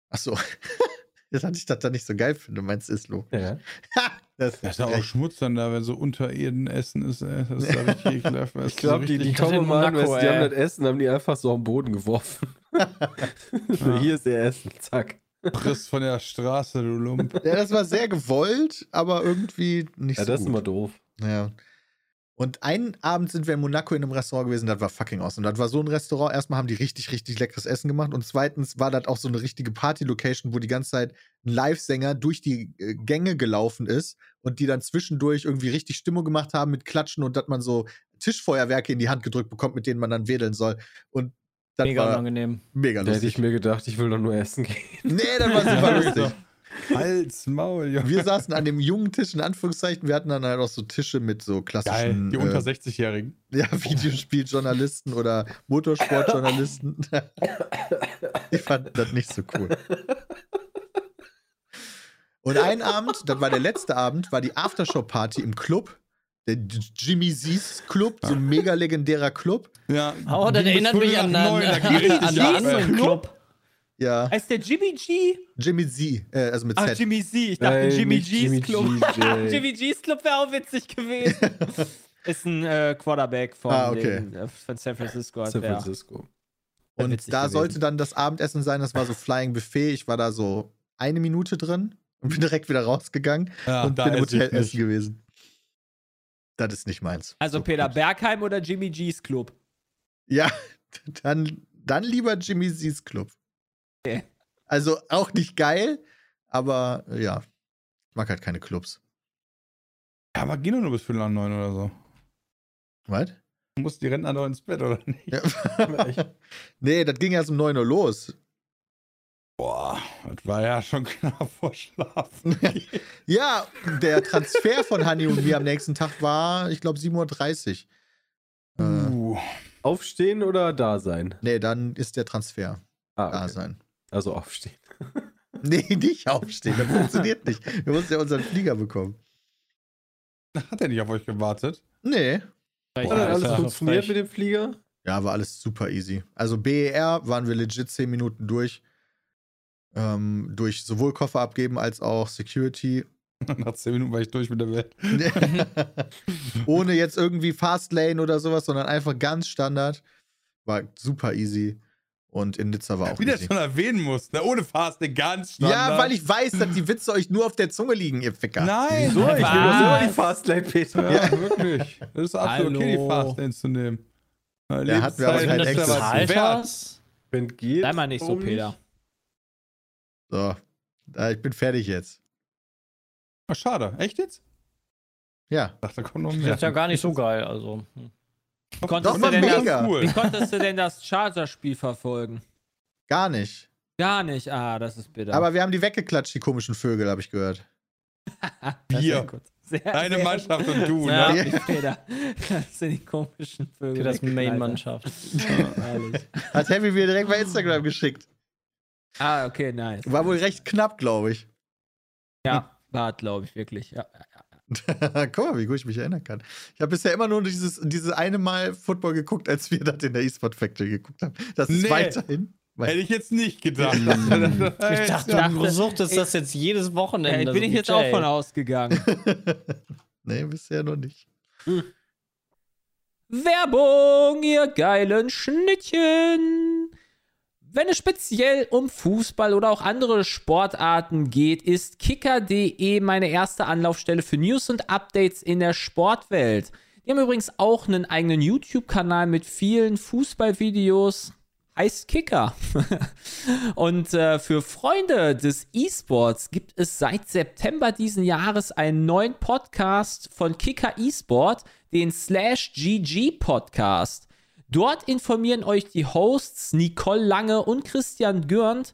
Ach so. Jetzt hatte ich das dann nicht so geil finde, meinst Islo. Ja. Ha, das Das ist auch Schmutz dann da, wenn so Untererdenessen ist. ey. Das ist da richtig ekelhaft. Das Ich ist so glaube, die, die richtig- Das kommen in mal an, Monaco, weißt, die haben ey. das Essen, haben die einfach so am Boden geworfen. so, Ja. hier ist ihr Essen, zack. Chris von der Straße, du Lump. ja, das war sehr gewollt, aber irgendwie nicht Ja, so das ist gut. immer doof. Ja. Und einen Abend sind wir in Monaco in einem Restaurant gewesen, das war fucking awesome. Das war so ein Restaurant. Erstmal haben die richtig, richtig leckeres Essen gemacht. Und zweitens war das auch so eine richtige Party-Location, wo die ganze Zeit ein Live-Sänger durch die äh, Gänge gelaufen ist und die dann zwischendurch irgendwie richtig Stimmung gemacht haben mit Klatschen und dass man so Tischfeuerwerke in die Hand gedrückt bekommt, mit denen man dann wedeln soll. Und das Mega war unangenehm. mega Da hätte lustig. ich mir gedacht, ich will doch nur essen gehen. Nee, das war super lustig. Hals, Maul, Junge. Wir saßen an dem jungen Tisch, in Anführungszeichen. Wir hatten dann halt auch so Tische mit so klassischen Die äh, unter 60-Jährigen. Ja, Videospieljournalisten oder Motorsportjournalisten. Ich fand das nicht so cool. Und einen Abend, das war der letzte Abend, war die Aftershow-Party im Club. Der Jimmy Z's Club, so ein mega legendärer Club. Ja. Oh, das Ging bis erinnert Viertel mich an nach einen neun, da ging richtig an einen ab, ey. anderen Club. Ja, Heißt der Jimmy G? Jimmy Z, äh, also mit Ach, Z. Jimmy Z. Ich dachte Ey, Jimmy nicht G's Jimmy Club. G, ey. Jimmy G's Club wäre auch witzig gewesen. Ist ein äh, Quarterback von, Ah, okay. den, äh, von San Francisco. San ja. Francisco. wär Und witzig da gewesen. sollte dann das Abendessen sein. Das war so Flying Buffet. Ich war da so eine Minute drin und bin direkt wieder rausgegangen Ja, und da bin im esse ich Hotel nicht. essen gewesen. Das ist nicht meins. Also So Peter gut. Bergheim oder Jimmy G's Club? Ja, dann, dann lieber Jimmy Z's Club. Okay. Also auch nicht geil, aber äh, ja, ich mag halt keine Clubs. Ja, aber geh doch nur bis Viertel nach neun oder so. Was? Du musst die Rentner doch ins Bett, oder nicht? Ja. echt? nee, das ging erst um 9 Uhr los. Boah, das war ja schon knapp vor Äh. Schlafen. Ja, der Transfer von Hanni und mir am nächsten Tag war, ich glaube, 7.30 Uhr. Äh, Uh. Aufstehen oder da sein? nee, dann ist der Transfer Ah, da okay. sein. Also aufstehen. Nee, nicht aufstehen, das funktioniert nicht. Wir mussten ja unseren Flieger bekommen. Hat er nicht auf euch gewartet? Nee, Hat das Alter. alles funktioniert frech. mit dem Flieger? Ja, war alles super easy. Also BER waren wir legit 10 Minuten durch. Ähm, durch sowohl Koffer abgeben als auch Security. Nach zehn Minuten war ich durch mit der Welt. Ohne jetzt irgendwie Fastlane oder sowas, sondern einfach ganz Standard. War super easy. Und in Nizza war auch Wie das easy. schon erwähnen muss, ne? ohne Fast, ne? ganz Ja, weil ich weiß, dass die Witze euch nur auf der Zunge liegen, ihr Ficker. Nein! So, ich will Was? doch immer die Fastlane, Peter. Ja, wirklich. Das ist absolut okay, die Hallo. Fastlane zu nehmen. Der hat mir aber Wenn kein das extra bezahlt hast, Wenn geht. Sei mal nicht so, warum Peter. So, Ah, ich bin fertig jetzt. Schade. Echt jetzt? Ja. Ich dachte, da kommt noch Das mehr. ist ja gar nicht so geil. Also. hm. Wie Doch, konntest, war du denn das, mega. wie konntest du denn das Charger-Spiel verfolgen? Gar nicht. Gar nicht. Ah, das ist bitter. Aber wir haben die weggeklatscht, die komischen Vögel, habe ich gehört. Sehr Bier. gut. Sehr, Deine sehr Mannschaft und du, gut. Ja, ne? ne? die Peter. Das sind die komischen Vögel. Für das Alter. Main-Mannschaft. Ehrlich. Hat Heavy mir direkt bei Instagram geschickt. Ah, okay, nice. War wohl recht knapp, glaube ich. Ja, war, glaube ich, wirklich. Ja. Guck mal, wie gut ich mich erinnern kann. Ich habe bisher immer nur dieses, dieses eine Mal Football geguckt, als wir das in der E-Sport Factory geguckt haben. Das ist Nee. weiterhin. Hätte ich jetzt nicht gedacht. Ich dachte, dachte- du suchtest das jetzt jedes Ja, Wochenende. Äh, bin ich so jetzt DJ. auch von ausgegangen. nee, bisher noch nicht. Werbung, ihr geilen Schnittchen! Wenn es speziell um Fußball oder auch andere Sportarten geht, ist kicker.de meine erste Anlaufstelle für News und Updates in der Sportwelt. Die haben übrigens auch einen eigenen YouTube-Kanal mit vielen Fußballvideos. Heißt Kicker. und äh, für Freunde des E-Sports gibt es seit September diesen Jahres einen neuen Podcast von Kicker E-Sport, den Slash GG Podcast. Dort informieren euch die Hosts Nicole Lange und Christian Gürnt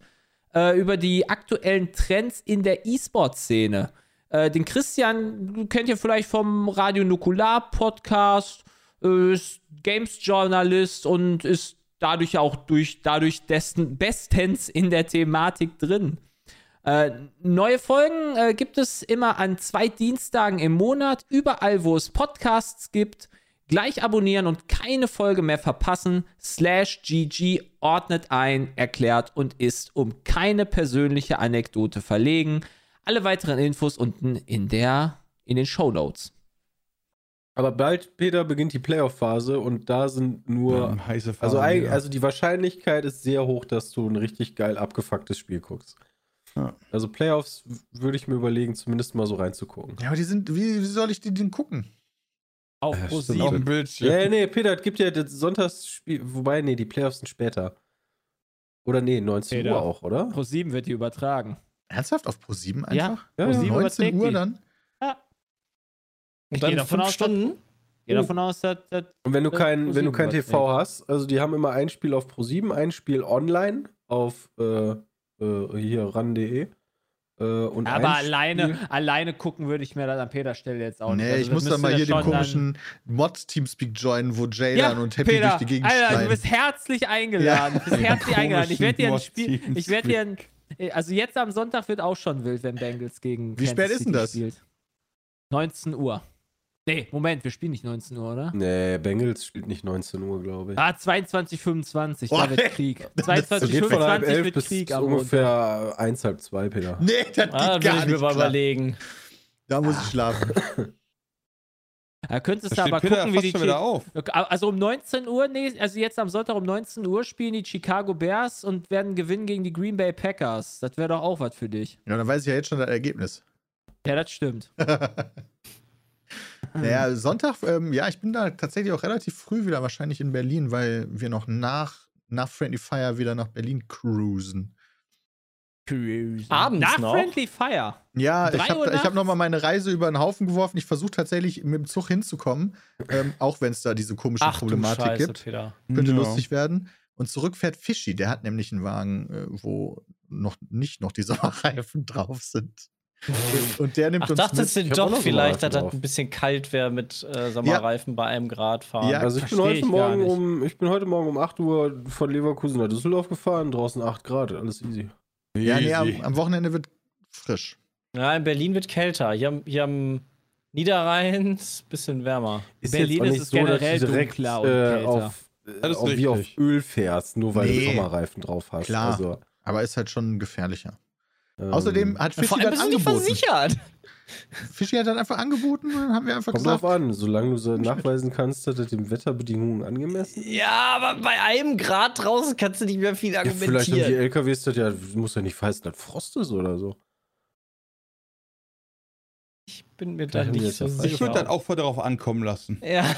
äh, über die aktuellen Trends in der E-Sport-Szene. Äh, den Christian kennt ihr vielleicht vom Radio Nukular Podcast, äh, ist Games-Journalist und ist dadurch auch durch, dadurch dessen, bestens in der Thematik drin. Äh, neue Folgen äh, gibt es immer an zwei Dienstagen im Monat, überall wo es Podcasts gibt. Gleich abonnieren und keine Folge mehr verpassen. Slash GG ordnet ein, erklärt und ist um keine persönliche Anekdote verlegen. Alle weiteren Infos unten in der in den Show Notes. Aber bald, Peter, beginnt die Playoff-Phase und da sind nur. Ähm, heiße also, Phase, eig- ja. also die Wahrscheinlichkeit ist sehr hoch, dass du ein richtig geil abgefucktes Spiel guckst. Ja. Also Playoffs w- würde ich mir überlegen, zumindest mal so reinzugucken. Ja, aber die sind, wie, wie soll ich die denn gucken? Auf Äh, Ja, Pro stimmt. 7. Auf dem Bildschirm. Ja, Äh, nee, Peter, es gibt ja das Sonntagsspiel, wobei, nee, die Playoffs sind später. Oder nee, 19 Peter. Uhr auch, oder? Pro 7 wird die übertragen. Ernsthaft? Auf Pro 7 Ja, einfach? ja, Um ja. 19 überträgt Uhr die. dann? Ich Und gehe dann davon fünf aus, dass- Stunden? Geh davon aus, dass, dass Und wenn du Äh, kein, wenn ProSieben du kein TV hast, also die haben immer ein Spiel auf Pro7, ein Spiel online auf äh, äh, hier ran.de. Äh, und Aber ein alleine, Spiel- alleine gucken würde ich mir das an Peters Stelle jetzt auch nee, Also ich das muss dann müsste mal das hier den schon dann- komischen Mod-Teamspeak joinen, wo Jaylan und Happy durch die Gegend Alter, du schreien. bist herzlich eingeladen. Du bist Ja. herzlich eingeladen. Ich werde dir ein Komischen Spiel. Ich werde dir ein, Also jetzt am Sonntag wird auch schon wild, wenn Bengals gegen. Wie Kansas spät ist denn City das? Spielt. 19 Uhr. Nee, Moment, wir spielen nicht 19 Uhr, oder? Nee, Bengals spielt nicht 19 Uhr, glaube ich. Ah, 22:25, Oh, da wird nee. Krieg. Das geht von halb 22:25 elf wird bis um Krieg am Montag. ungefähr eins, halb zwei, Peter. Nee, das geht Ah, da gar muss ich mir nicht mal klar. überlegen. Da muss ich schlafen. Da könntest du Da steht aber Peter gucken, wie fast die schon Chi- wieder auf. Okay, Also um 19 Uhr, nee, also jetzt am Sonntag um 19 Uhr spielen die Chicago Bears und werden gewinnen gegen die Green Bay Packers. Das wäre doch auch was für dich. Ja, dann weiß ich ja jetzt schon das Ergebnis. Ja, das stimmt. Naja, Sonntag, ähm, ja, ich bin da tatsächlich auch relativ früh wieder wahrscheinlich in Berlin, weil wir noch nach, nach Friendly Fire wieder nach Berlin cruisen. Abends Nach noch? Friendly Fire. Ja, Drei ich Uhr habe hab nachts? nochmal meine Reise über den Haufen geworfen. Ich versuche tatsächlich mit dem Zug hinzukommen, ähm, auch wenn es da diese komische Ach, du Problematik Scheiße, gibt. Peter. Könnte Ja. lustig werden. Und zurück fährt Fischi, der hat nämlich einen Wagen, äh, wo noch nicht noch die Sommerreifen drauf sind. Und der nimmt Ach, uns mit. dachtest du Ich hab auch doch noch vielleicht, Sommerreifen dass das drauf. ein bisschen kalt wäre mit äh, Sommerreifen bei einem Grad fahren? Ja, Also ich bin, versteh heute ich gar Morgen nicht. um, ich bin heute Morgen um 8 Uhr von Leverkusen nach Düsseldorf gefahren, draußen 8 Grad, alles easy. Ja, nee, Easy. am, am Wochenende wird frisch. Ja, in Berlin wird kälter. Hier, am- hier am Niederrhein ist ein bisschen wärmer. Ist Berlin ist es generell dunkler und äh, kälter. auf, äh, Das ist auf, wie auf richtig. Öl fährst, nur weil Nee. du Sommerreifen drauf hast. Klar. Also, Aber ist halt schon gefährlicher. ähm, Außerdem hat Fischi Vor allem dann bist du nicht angeboten. versichert. Fischi hat dann einfach angeboten und dann haben wir einfach kommt gesagt, drauf an, solange du so nachweisen kannst, dass das den Wetterbedingungen angemessen Ja, aber bei einem Grad draußen kannst du nicht mehr viel Ja, vielleicht haben die argumentieren. LKWs das ja, muss ja nicht heißen, dass Frost ist oder so. ich bin mir da Vielleicht haben die nicht das so ja sicher. falsch. Ich würde dann auch voll darauf ankommen lassen. Ja,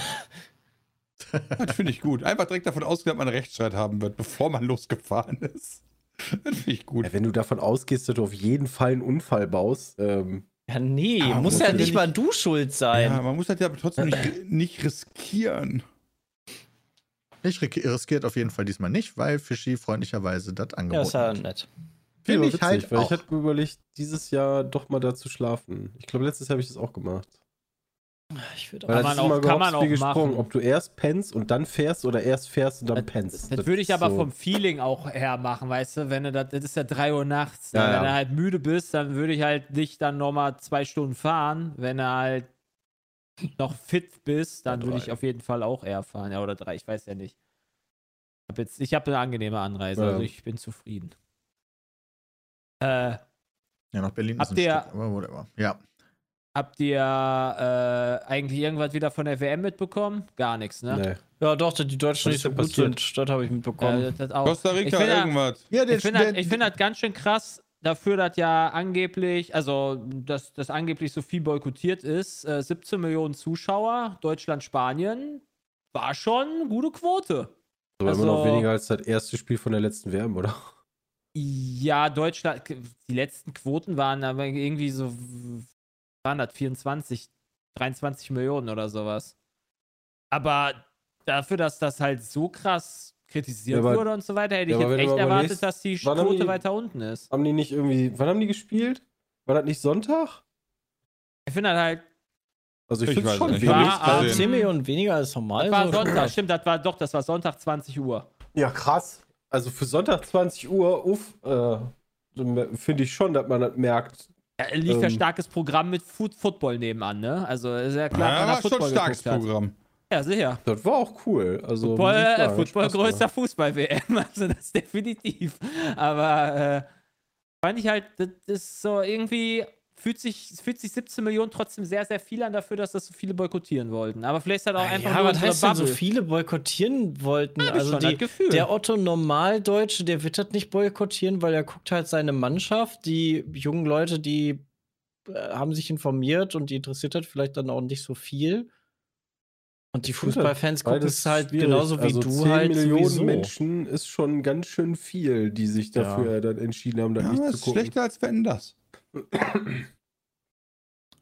Das finde ich gut. Einfach direkt davon ausgehen, dass man einen Rechtsstreit haben wird, bevor man losgefahren ist. Das finde ich gut. Ja, wenn du davon ausgehst, dass du auf jeden Fall einen Unfall baust, ähm, ja nee, Aber muss muss ja ja nicht nicht- mal du schuld sein. Ja, man muss das ja trotzdem nicht, nicht riskieren. ich ri- riskiert auf jeden Fall diesmal nicht, weil Fischi freundlicherweise das Ja, angeboten ist ja hat. nett. Finde aber ich halt weil auch. ich hatte mir überlegt, dieses Jahr doch mal da zu schlafen. Ich glaube, letztes Jahr habe ich das auch gemacht. Ich würde auch. Weil man das ist auch- immer kann man gehopst wie auch gesprungen, machen. ob du erst pennst und dann fährst oder erst fährst und dann pennst. Das würde ich aber ist so. vom Feeling auch her machen, weißt du, wenn du das, das ist ja 3 Uhr nachts, ne? Ja, ja. wenn du halt müde bist, dann würde ich halt dich dann nochmal zwei Stunden fahren, wenn du halt noch fit bist, dann Ja, würde drei. ich auf jeden Fall auch eher fahren, ja oder drei, ich weiß ja nicht. Ich habe jetzt, ich habe eine angenehme Anreise, Ja. also ich bin zufrieden. Äh, Ja, nach Berlin Habt ist ein ihr- Stück, aber whatever. Ja. habt ihr äh, eigentlich irgendwas wieder von der WM mitbekommen? Gar nichts, ne? Nee. Ja, doch, dass die Deutschen nicht Was ist so denn gut passiert? sind. Das habe ich mitbekommen. Äh, das auch. Costa Ich Rica, find ja- irgendwas. ja der, Ich finde halt, das, ich find das ganz schön krass, dafür, dass ja angeblich, also dass das angeblich so viel boykottiert ist, äh, 17 Millionen Zuschauer, Deutschland, Spanien, war schon eine gute Quote. Aber immer noch Also- weniger als das erste Spiel von der letzten WM, oder? Ja, Deutschland, die letzten Quoten waren aber irgendwie so, waren das 24, 23 Millionen oder sowas. Aber dafür, dass das halt so krass kritisiert Ja, aber- wurde und so weiter, hätte Ja, ich aber jetzt wenn du echt mal erwartet, überlegst, dass die wann haben Quote die- weiter unten ist. Haben die nicht irgendwie. Wann haben die gespielt? War das nicht Sonntag? Ich finde das halt, Also ich, Ich finde weiß es schon nicht. wenig. War Also Ähm, 10 Millionen weniger als normal. das war so. Sonntag, stimmt, das war doch, das war Sonntag 20 Uhr. Ja, krass. Also für Sonntag 20 Uhr, uff, äh, finde ich schon, dass man das merkt. Da lief ja Ähm. starkes Programm mit Food Football nebenan, ne? Also ist ja klar, ja, wenn man war schon Football ein starkes geguckt hat. Programm. Ja, sicher. Das war auch cool. Also, Football, muss ich äh, sagen, Football Spaß gemacht. größter Fußball-WM, also das definitiv. Aber äh, fand ich halt, das ist so irgendwie, fühlt sich, fühlt sich 17 Millionen trotzdem sehr, sehr viel an dafür, dass das so viele boykottieren wollten. Aber vielleicht hat auch einfach Ja, nur was unsere heißt denn, so Bubble. viele boykottieren wollten? Hab ich also schon die, das Gefühl. Hm. der Otto Normaldeutsche, der wird das nicht boykottieren, weil er guckt halt seine Mannschaft, die jungen Leute, die äh, haben sich informiert und die interessiert hat vielleicht dann auch nicht so viel. Und die Ich find das Fußballfans gucken beides es halt schwierig. genauso wie also du 10 halt Millionen sowieso. Menschen ist schon ganz schön viel, die sich Ja. dafür dann entschieden haben, da Ja, nicht das zu ist gucken. schlechter als wenn das.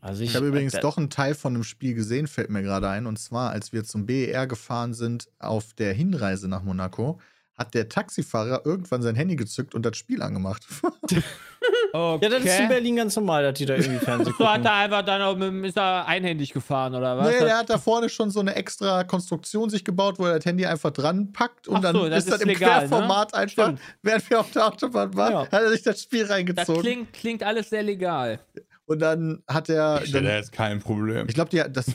Also Ich habe übrigens äh, doch einen Teil von einem Spiel gesehen, fällt mir gerade ein. Und zwar, als wir zum BER gefahren sind auf der Hinreise nach Monaco, hat der Taxifahrer irgendwann sein Handy gezückt und das Spiel angemacht. Okay. Ja, das ist in Berlin ganz normal, dass die da irgendwie Fernsehen So hat gucken. er einfach dann auch mit, dem- ist er einhändig gefahren oder was? nee, der hat da vorne schon so eine extra Konstruktion sich gebaut, wo er das Handy einfach dran packt und Ach dann so, das ist das ist im legal, ne? Querformat einfach, Stimmt. während wir auf der Autobahn waren, Ja. hat er sich das Spiel das reingezogen. klingt, klingt alles sehr legal. Und dann hat er. Ich hätte Dann, jetzt kein Problem. ich glaube, die- das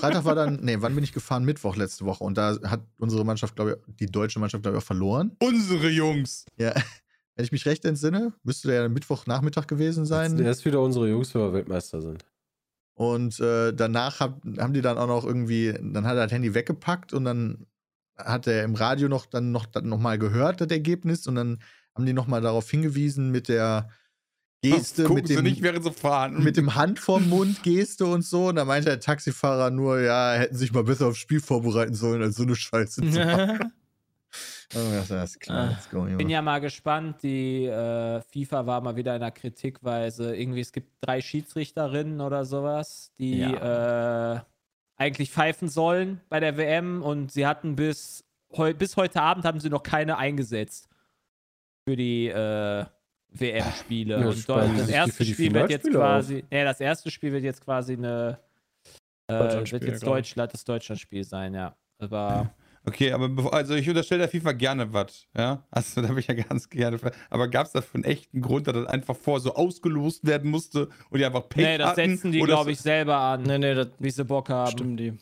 Freitag war dann, nee, wann bin ich gefahren? Mittwoch letzte Woche. Und da hat unsere Mannschaft, glaube ich, die deutsche Mannschaft, glaube ich, auch verloren. Unsere Jungs. Ja, wenn ich mich recht entsinne, müsste der ja Mittwochnachmittag gewesen Der sein. ist wieder unsere Jungs, wenn wir Weltmeister sind. Und äh, danach hab, haben die dann auch noch irgendwie, dann hat er das Handy weggepackt und dann hat er im Radio noch dann noch, dann noch mal gehört, das Ergebnis. Und dann haben die noch mal darauf hingewiesen mit der Geste, Gucken mit Sie dem, nicht, während Sie fahren. mit dem Hand vorm Mund Geste und so. Und da meinte der Taxifahrer nur, ja, hätten sich mal besser aufs Spiel vorbereiten sollen, als so eine Scheiße zu machen. Und ich dachte, Alles klar, Ah, let's go. Bin Junge. ja mal gespannt. Die äh, FIFA war mal wieder in der Kritikweise. Irgendwie, es gibt drei Schiedsrichterinnen oder sowas, die äh, eigentlich pfeifen sollen bei der WM und sie hatten bis, heu bis heute Abend haben sie noch keine eingesetzt für die äh, WM-Spiele. Ja, und sparen dort- das sie sich die erste für die Spiel wird jetzt Finalspiele quasi, auf. nee, das erste Spiel wird jetzt quasi eine äh, wird Deutschlandspiel, jetzt glaub ich. Deutschland, das Deutschlandspiel sein, ja. Aber Okay, aber bevor, also ich unterstelle der FIFA gerne was, ja. Also da bin ich ja ganz gerne. für- Aber gab es dafür einen echten Grund, dass das einfach vor so ausgelost werden musste und die einfach Pech nee, das hatten? setzen die, Oder glaube ich, selber an. nee, nee, das Wie sie Bock haben. stimmen die.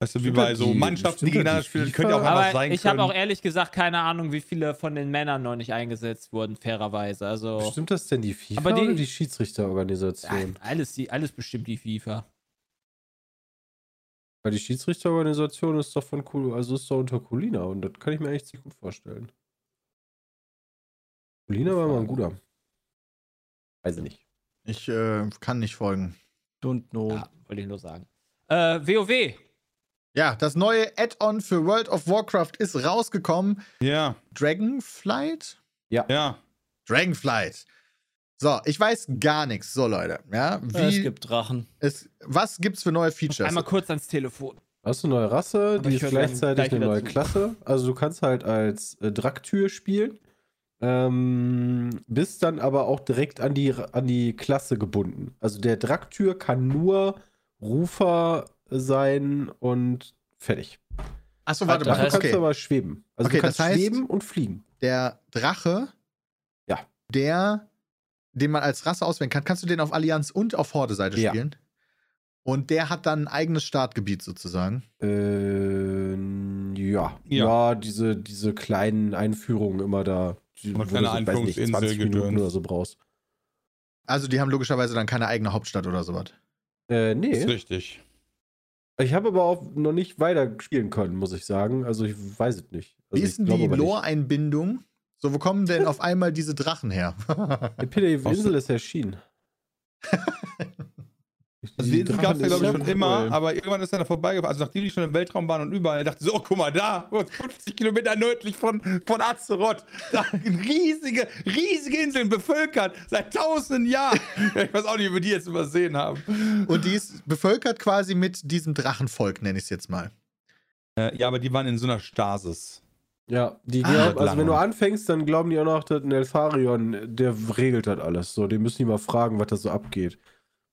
Weißt du, wie Stimmt bei das so die- Mannschaften, die stimmt das die gegeneinander spielen, FIFA? könnte ja auch anders Aber sein ich können. habe auch ehrlich gesagt keine Ahnung, wie viele von den Männern noch nicht eingesetzt wurden, fairerweise. Also Stimmt das denn die FIFA Aber die- oder die ja, Schiedsrichterorganisation? alles, die, alles bestimmt die FIFA. Weil die Schiedsrichterorganisation ist doch von Kul also ist doch unter Colina und das kann ich mir echt ziemlich gut vorstellen. Colina war mal Hm. ein guter. Weiß ich nicht. Ich äh, kann nicht folgen. Don't know. Ja, wollte ich nur sagen. Äh, WoW. Ja, das neue Add-on für World of Warcraft ist rausgekommen. ja, Dragonflight? ja. Dragonflight. So, ich weiß gar nichts. So, Leute. Ja, wie, Ja, es gibt Drachen. es, was gibt's für neue Features? Einmal kurz ans Telefon. Hast du eine neue Rasse, die ich ist höre gleich- gleichzeitig gleich eine wieder neue zu. Klasse. Also du kannst halt als äh, Draktür spielen, ähm, bist dann aber auch direkt an die, an die Klasse gebunden. Also der Draktür kann nur Rufer sein und fertig. Achso, warte Alter, mal. Dafür heißt- kannst du Okay. aber schweben. Also Okay, du kannst das heißt- schweben und fliegen. Der Drache, Ja. der, den man als Rasse auswählen kann, kannst du den auf Allianz und auf Horde-Seite Ja. spielen? Und der hat dann ein eigenes Startgebiet sozusagen. Ähm, ja. ja. diese, diese kleinen Einführungen immer da. Die, Aber wo kleine du so, weiß nicht, Einführungsinsel 20 Minuten gedöns. oder so brauchst. Also, die haben logischerweise dann keine eigene Hauptstadt oder sowas. Äh, Ist nee. richtig. Ich habe aber auch noch nicht weiter spielen können, muss ich sagen. Also ich weiß es nicht. Wie Also ich ist denn glaube die aber nicht. Lore-Einbindung? So, wo kommen denn auf einmal diese Drachen her? Die PDF-Insel ist erschienen. Also die Drachen gab es ja, ist glaube ich, so schon cool. immer, aber irgendwann ist er da vorbeigefahren. Also nachdem die schon im Weltraum waren und überall, dachte ich so, oh, guck mal, da, 50 Kilometer nördlich von, von Azeroth, da riesige, riesige Inseln bevölkert, seit tausenden Jahren. Ja, Ich weiß auch nicht, wie wir die jetzt übersehen haben. Und die ist bevölkert quasi mit diesem Drachenvolk, nenne ich es jetzt mal. Äh, ja, aber die waren in so einer Stasis. Ja, die Ah, glauben, also wenn du Lange. anfängst, dann glauben die auch noch, dass ein Elfarion, der regelt das alles. So, die müssen die mal fragen, was da so abgeht.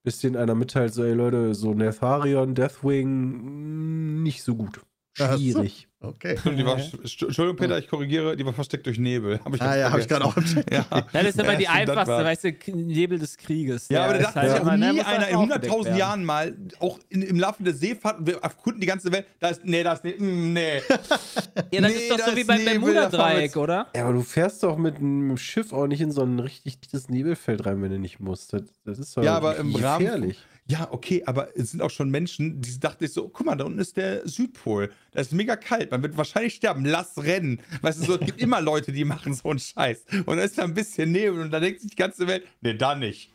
Bis denen einer mitteilt, so, ey Leute, so ein Elfarion, Deathwing, mh, nicht so gut. Ach so. Schwierig. Okay. Und die war, Ja. St- Entschuldigung, Peter, ich korrigiere, die war versteckt durch Nebel. Hab ich Ah ganz ja, habe ich gerade vergessen. auch im Chat. Ja. Das ist immer Ja, die stimmt, das einfachste, war- weißt du, K- Nebel des Krieges. Ja, aber Der da ist hat sich auch immer- ne, nie muss einer in aufgedeckt 100.000 werden. Jahren mal, auch in, im Laufe der Seefahrt, und wir erkunden die ganze Welt, da ist, nee, da ist, nee, mm, nee. Ja, das Nee, ist doch so das wie beim Nebel, da fahren Bermuda-Dreieck, oder? Ja, aber du fährst doch mit einem Schiff auch nicht in so ein richtig dichtes Nebelfeld rein, wenn du nicht musst. Das, das ist doch Ja, aber im Rahmen- Äh, gefährlich. Ja, okay, aber es sind auch schon Menschen, die dachten sich so, guck mal, da unten ist der Südpol. Da ist mega kalt, man wird wahrscheinlich sterben, lass rennen. Weißt du, so, es gibt immer Leute, die machen so einen Scheiß. Und da ist da ein bisschen Nebel und da denkt sich die ganze Welt, nee, da nicht.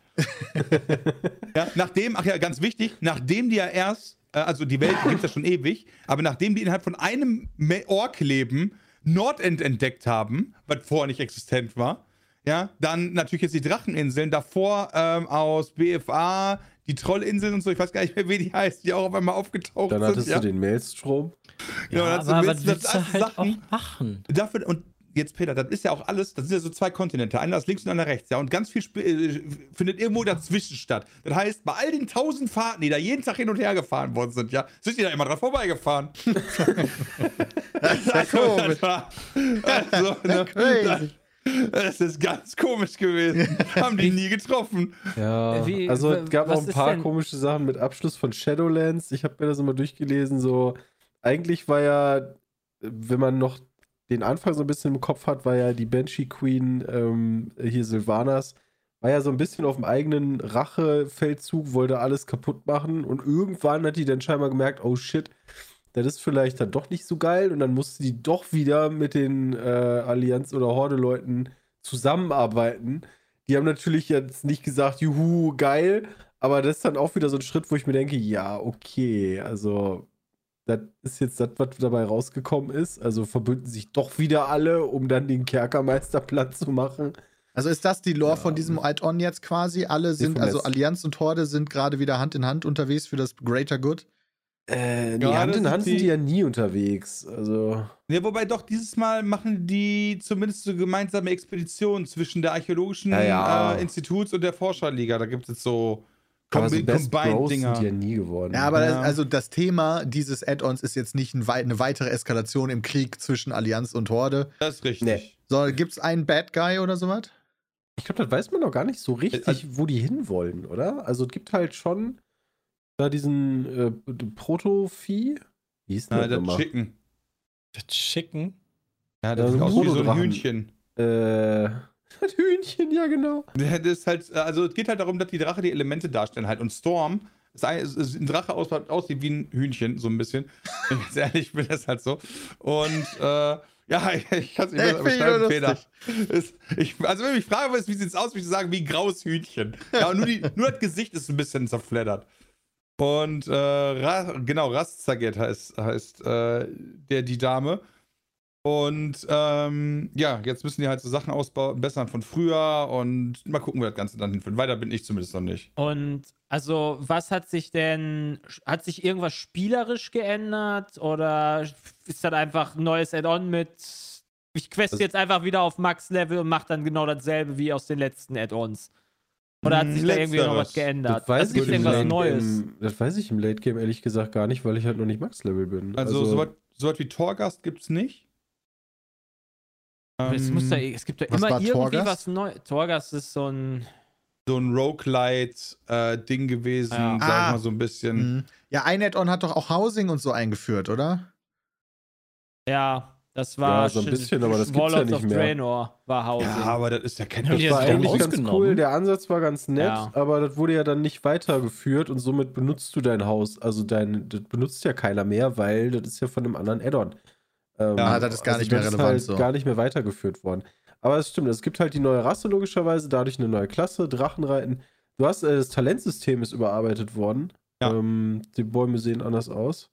ja, nachdem, ach ja, ganz wichtig, nachdem die ja erst, äh, also die Welt gibt es ja schon ewig, aber nachdem die innerhalb von einem Me- Ork leben, Nordend entdeckt haben, was vorher nicht existent war, ja, dann natürlich jetzt die Dracheninseln, davor ähm, aus BFA, die Trollinseln und so, ich weiß gar nicht mehr, wie die heißt, die auch auf einmal aufgetaucht Dann sind. hattest Ja, du den Maelstrom. Genau, Ja, dann hast du aber Mist, was das willst alles du halt Sachen. auch machen? Dafür, und jetzt, Peter, das ist ja auch alles, das sind ja so zwei Kontinente, einer ist links und einer rechts, ja, und ganz viel sp- äh, findet irgendwo dazwischen statt. Das heißt, bei all den tausend Fahrten, die da jeden Tag hin und her gefahren worden sind, ja, sind die da immer dran vorbeigefahren. also, das war, also, ne, Crazy. das ist ganz komisch gewesen. Haben die nie getroffen. Ja, Äh, Wie- also wa- es gab was auch ein ist paar denn- komische Sachen mit Abschluss von Shadowlands. Ich habe mir das immer durchgelesen, so eigentlich war ja, wenn man noch den Anfang so ein bisschen im Kopf hat, war ja die Banshee Queen ähm, hier Sylvanas, war ja so ein bisschen auf dem eigenen Rachefeldzug, wollte alles kaputt machen und irgendwann hat die dann scheinbar gemerkt, oh shit, das ist vielleicht dann doch nicht so geil und dann musste die doch wieder mit den äh, Allianz- oder Horde-Leuten zusammenarbeiten. Die haben natürlich jetzt nicht gesagt, juhu, geil, aber das ist dann auch wieder so ein Schritt, wo ich mir denke, ja, okay, also das ist jetzt das, was dabei rausgekommen ist. Also verbünden sich doch wieder alle, um dann den Kerkermeister platt zu machen. Also ist das die Lore Ja. von diesem Add-on jetzt quasi? Alle sind, vom also letzten. Allianz und Horde sind gerade wieder Hand in Hand unterwegs für das Greater Good. Äh, Ja, nee, Hand das in sind Hand sind die- die ja nie unterwegs. Also, Ja, wobei doch, dieses Mal machen die zumindest so gemeinsame Expeditionen zwischen der archäologischen Ja, ja. Äh, Instituts und der Forscherliga. Da gibt es jetzt so aber so Combi- Best Bros sind die ja Combined-Dinger. nie geworden. Ja, aber Ja. Das, also das Thema dieses Add-ons ist jetzt nicht ein wei eine weitere Eskalation im Krieg zwischen Allianz und Horde, Das ist richtig. Nee. sondern gibt es einen Bad Guy oder sowas? Ich glaube, das weiß man noch gar nicht so richtig, Also- wo die hinwollen, oder? Also es gibt halt schon da diesen äh, Proto-Vieh. Wie hieß Na, denn das das nochmal? Chicken. Das Schicken? Ja, Ja, das so sieht ein aus wie so ein Monodrachen. Hühnchen. Äh, das Hühnchen, ja genau. Das ist halt, also es geht halt darum, dass die Drache die Elemente darstellen halt. Und Storm ist ein, ist- ist ein Drache aus, aussieht wie ein Hühnchen, so ein bisschen. Wenn ich jetzt ehrlich bin, das ist halt so. Und äh, ja, ich kann es nicht Ey, besser find ich beschreiben, nur Peter. Ist, ich, also wenn ich mich frage, was- wie sieht es aus, würde ich sagen, wie ein graues Hühnchen. Ja, und nur, die, nur das Gesicht ist ein bisschen zerfleddert. Und äh, Ra genau, Rastaget heißt, heißt äh, der, die Dame. Und ähm, ja, jetzt müssen die halt so Sachen ausbauen, bessern von früher und mal gucken, wie das Ganze dann hinführt. Weiter bin ich zumindest noch nicht. Und also, was hat sich denn, hat sich irgendwas spielerisch geändert oder ist das einfach ein neues Add-on mit, ich quest Also- jetzt einfach wieder auf Max-Level und mache dann genau dasselbe wie aus den letzten Add-ons? Oder hat Hm, sich da irgendwie noch letzteres. was geändert? Das weiß also gibt ich Ähm, im irgendwas Late Neues? Game, das weiß ich im Late Game ehrlich gesagt gar nicht, weil ich halt noch nicht Max-Level bin. Also, sowas so was wie Torgast gibt's nicht. Aber Es, muss eh da, Ähm, es gibt da was immer war irgendwie Torghast? was Neues. Torgas ist so ein. so ein Roguelite-Ding gewesen, Ja. sag Ah. ich mal so ein bisschen. Mhm. Ja, ein Add-on hat doch auch Housing und so eingeführt, oder? Ja, das war. Ja, so ein Sch- bisschen, aber das Warlords gibt's ja nicht of mehr. Draenor war Housing. Ja, aber das ist ja kein Haben die das das war doch eigentlich ganz rausgenommen? cool, der Ansatz war ganz nett, Ja. aber das wurde ja dann nicht weitergeführt und somit benutzt du dein Haus, also dein, das benutzt ja keiner mehr, weil das ist ja von einem anderen Add-on. Ähm, Ah, das ist gar nicht mehr das ist relevant Halt so. Gar nicht mehr weitergeführt worden. Aber es stimmt, es gibt halt die neue Rasse logischerweise, dadurch eine neue Klasse, Drachenreiten. Du hast, äh, das Talentsystem ist überarbeitet worden. Ja. Ähm, die Bäume sehen anders aus.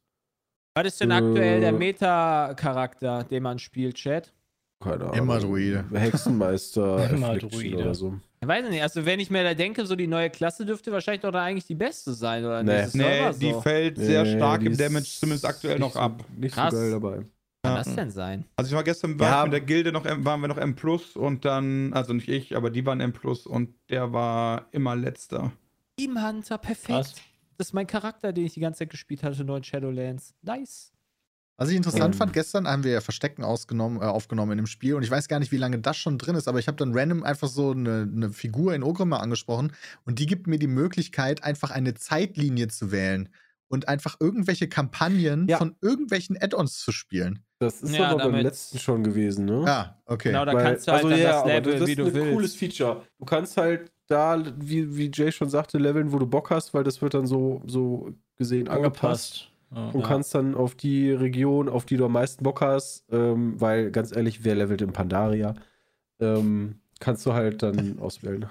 Was ist denn Äh. aktuell der Meta-Charakter, den man spielt, Chat? Keine Ahnung. Immer Druide. Hexenmeister Immer Affliction Druide. oder so. Ich weiß nicht, also wenn ich mir da denke, so die neue Klasse dürfte wahrscheinlich doch da eigentlich die beste sein, oder? Nee. Dieses Nee, Server die so. fällt sehr Nee, stark die im ist Damage, zumindest aktuell nicht noch so, ab. Nicht Krass. so geil dabei. Kann das denn sein? Also ich war gestern Ja, war ich aber- mit der Gilde noch M- waren wir noch M plus und dann also nicht ich, aber die waren M plus und der war immer letzter. Team Hunter, perfekt. Krass. Das ist mein Charakter, den ich die ganze Zeit gespielt hatte, neu in Shadowlands. Nice. Was ich interessant Ähm. fand, gestern haben wir ja Verstecken ausgenommen, äh, aufgenommen in dem Spiel und ich weiß gar nicht, wie lange das schon drin ist, aber ich habe dann random einfach so eine, eine Figur in Ogrimmar angesprochen und die gibt mir die Möglichkeit, einfach eine Zeitlinie zu wählen und einfach irgendwelche Kampagnen Ja. von irgendwelchen Add-ons zu spielen. Das ist Ja, aber beim damit- letzten schon gewesen, Mhm. ne? Ah, okay. Genau, da kannst du halt dann das also aber Level, das wie ist du ein willst. cooles Feature. Du kannst halt da, wie, wie Jay schon sagte, leveln, wo du Bock hast, weil das wird dann so, so gesehen angepasst. Ja. Und kannst dann auf die Region, auf die du am meisten Bock hast, ähm, weil ganz ehrlich, wer levelt in Pandaria, ähm, kannst du halt dann auswählen.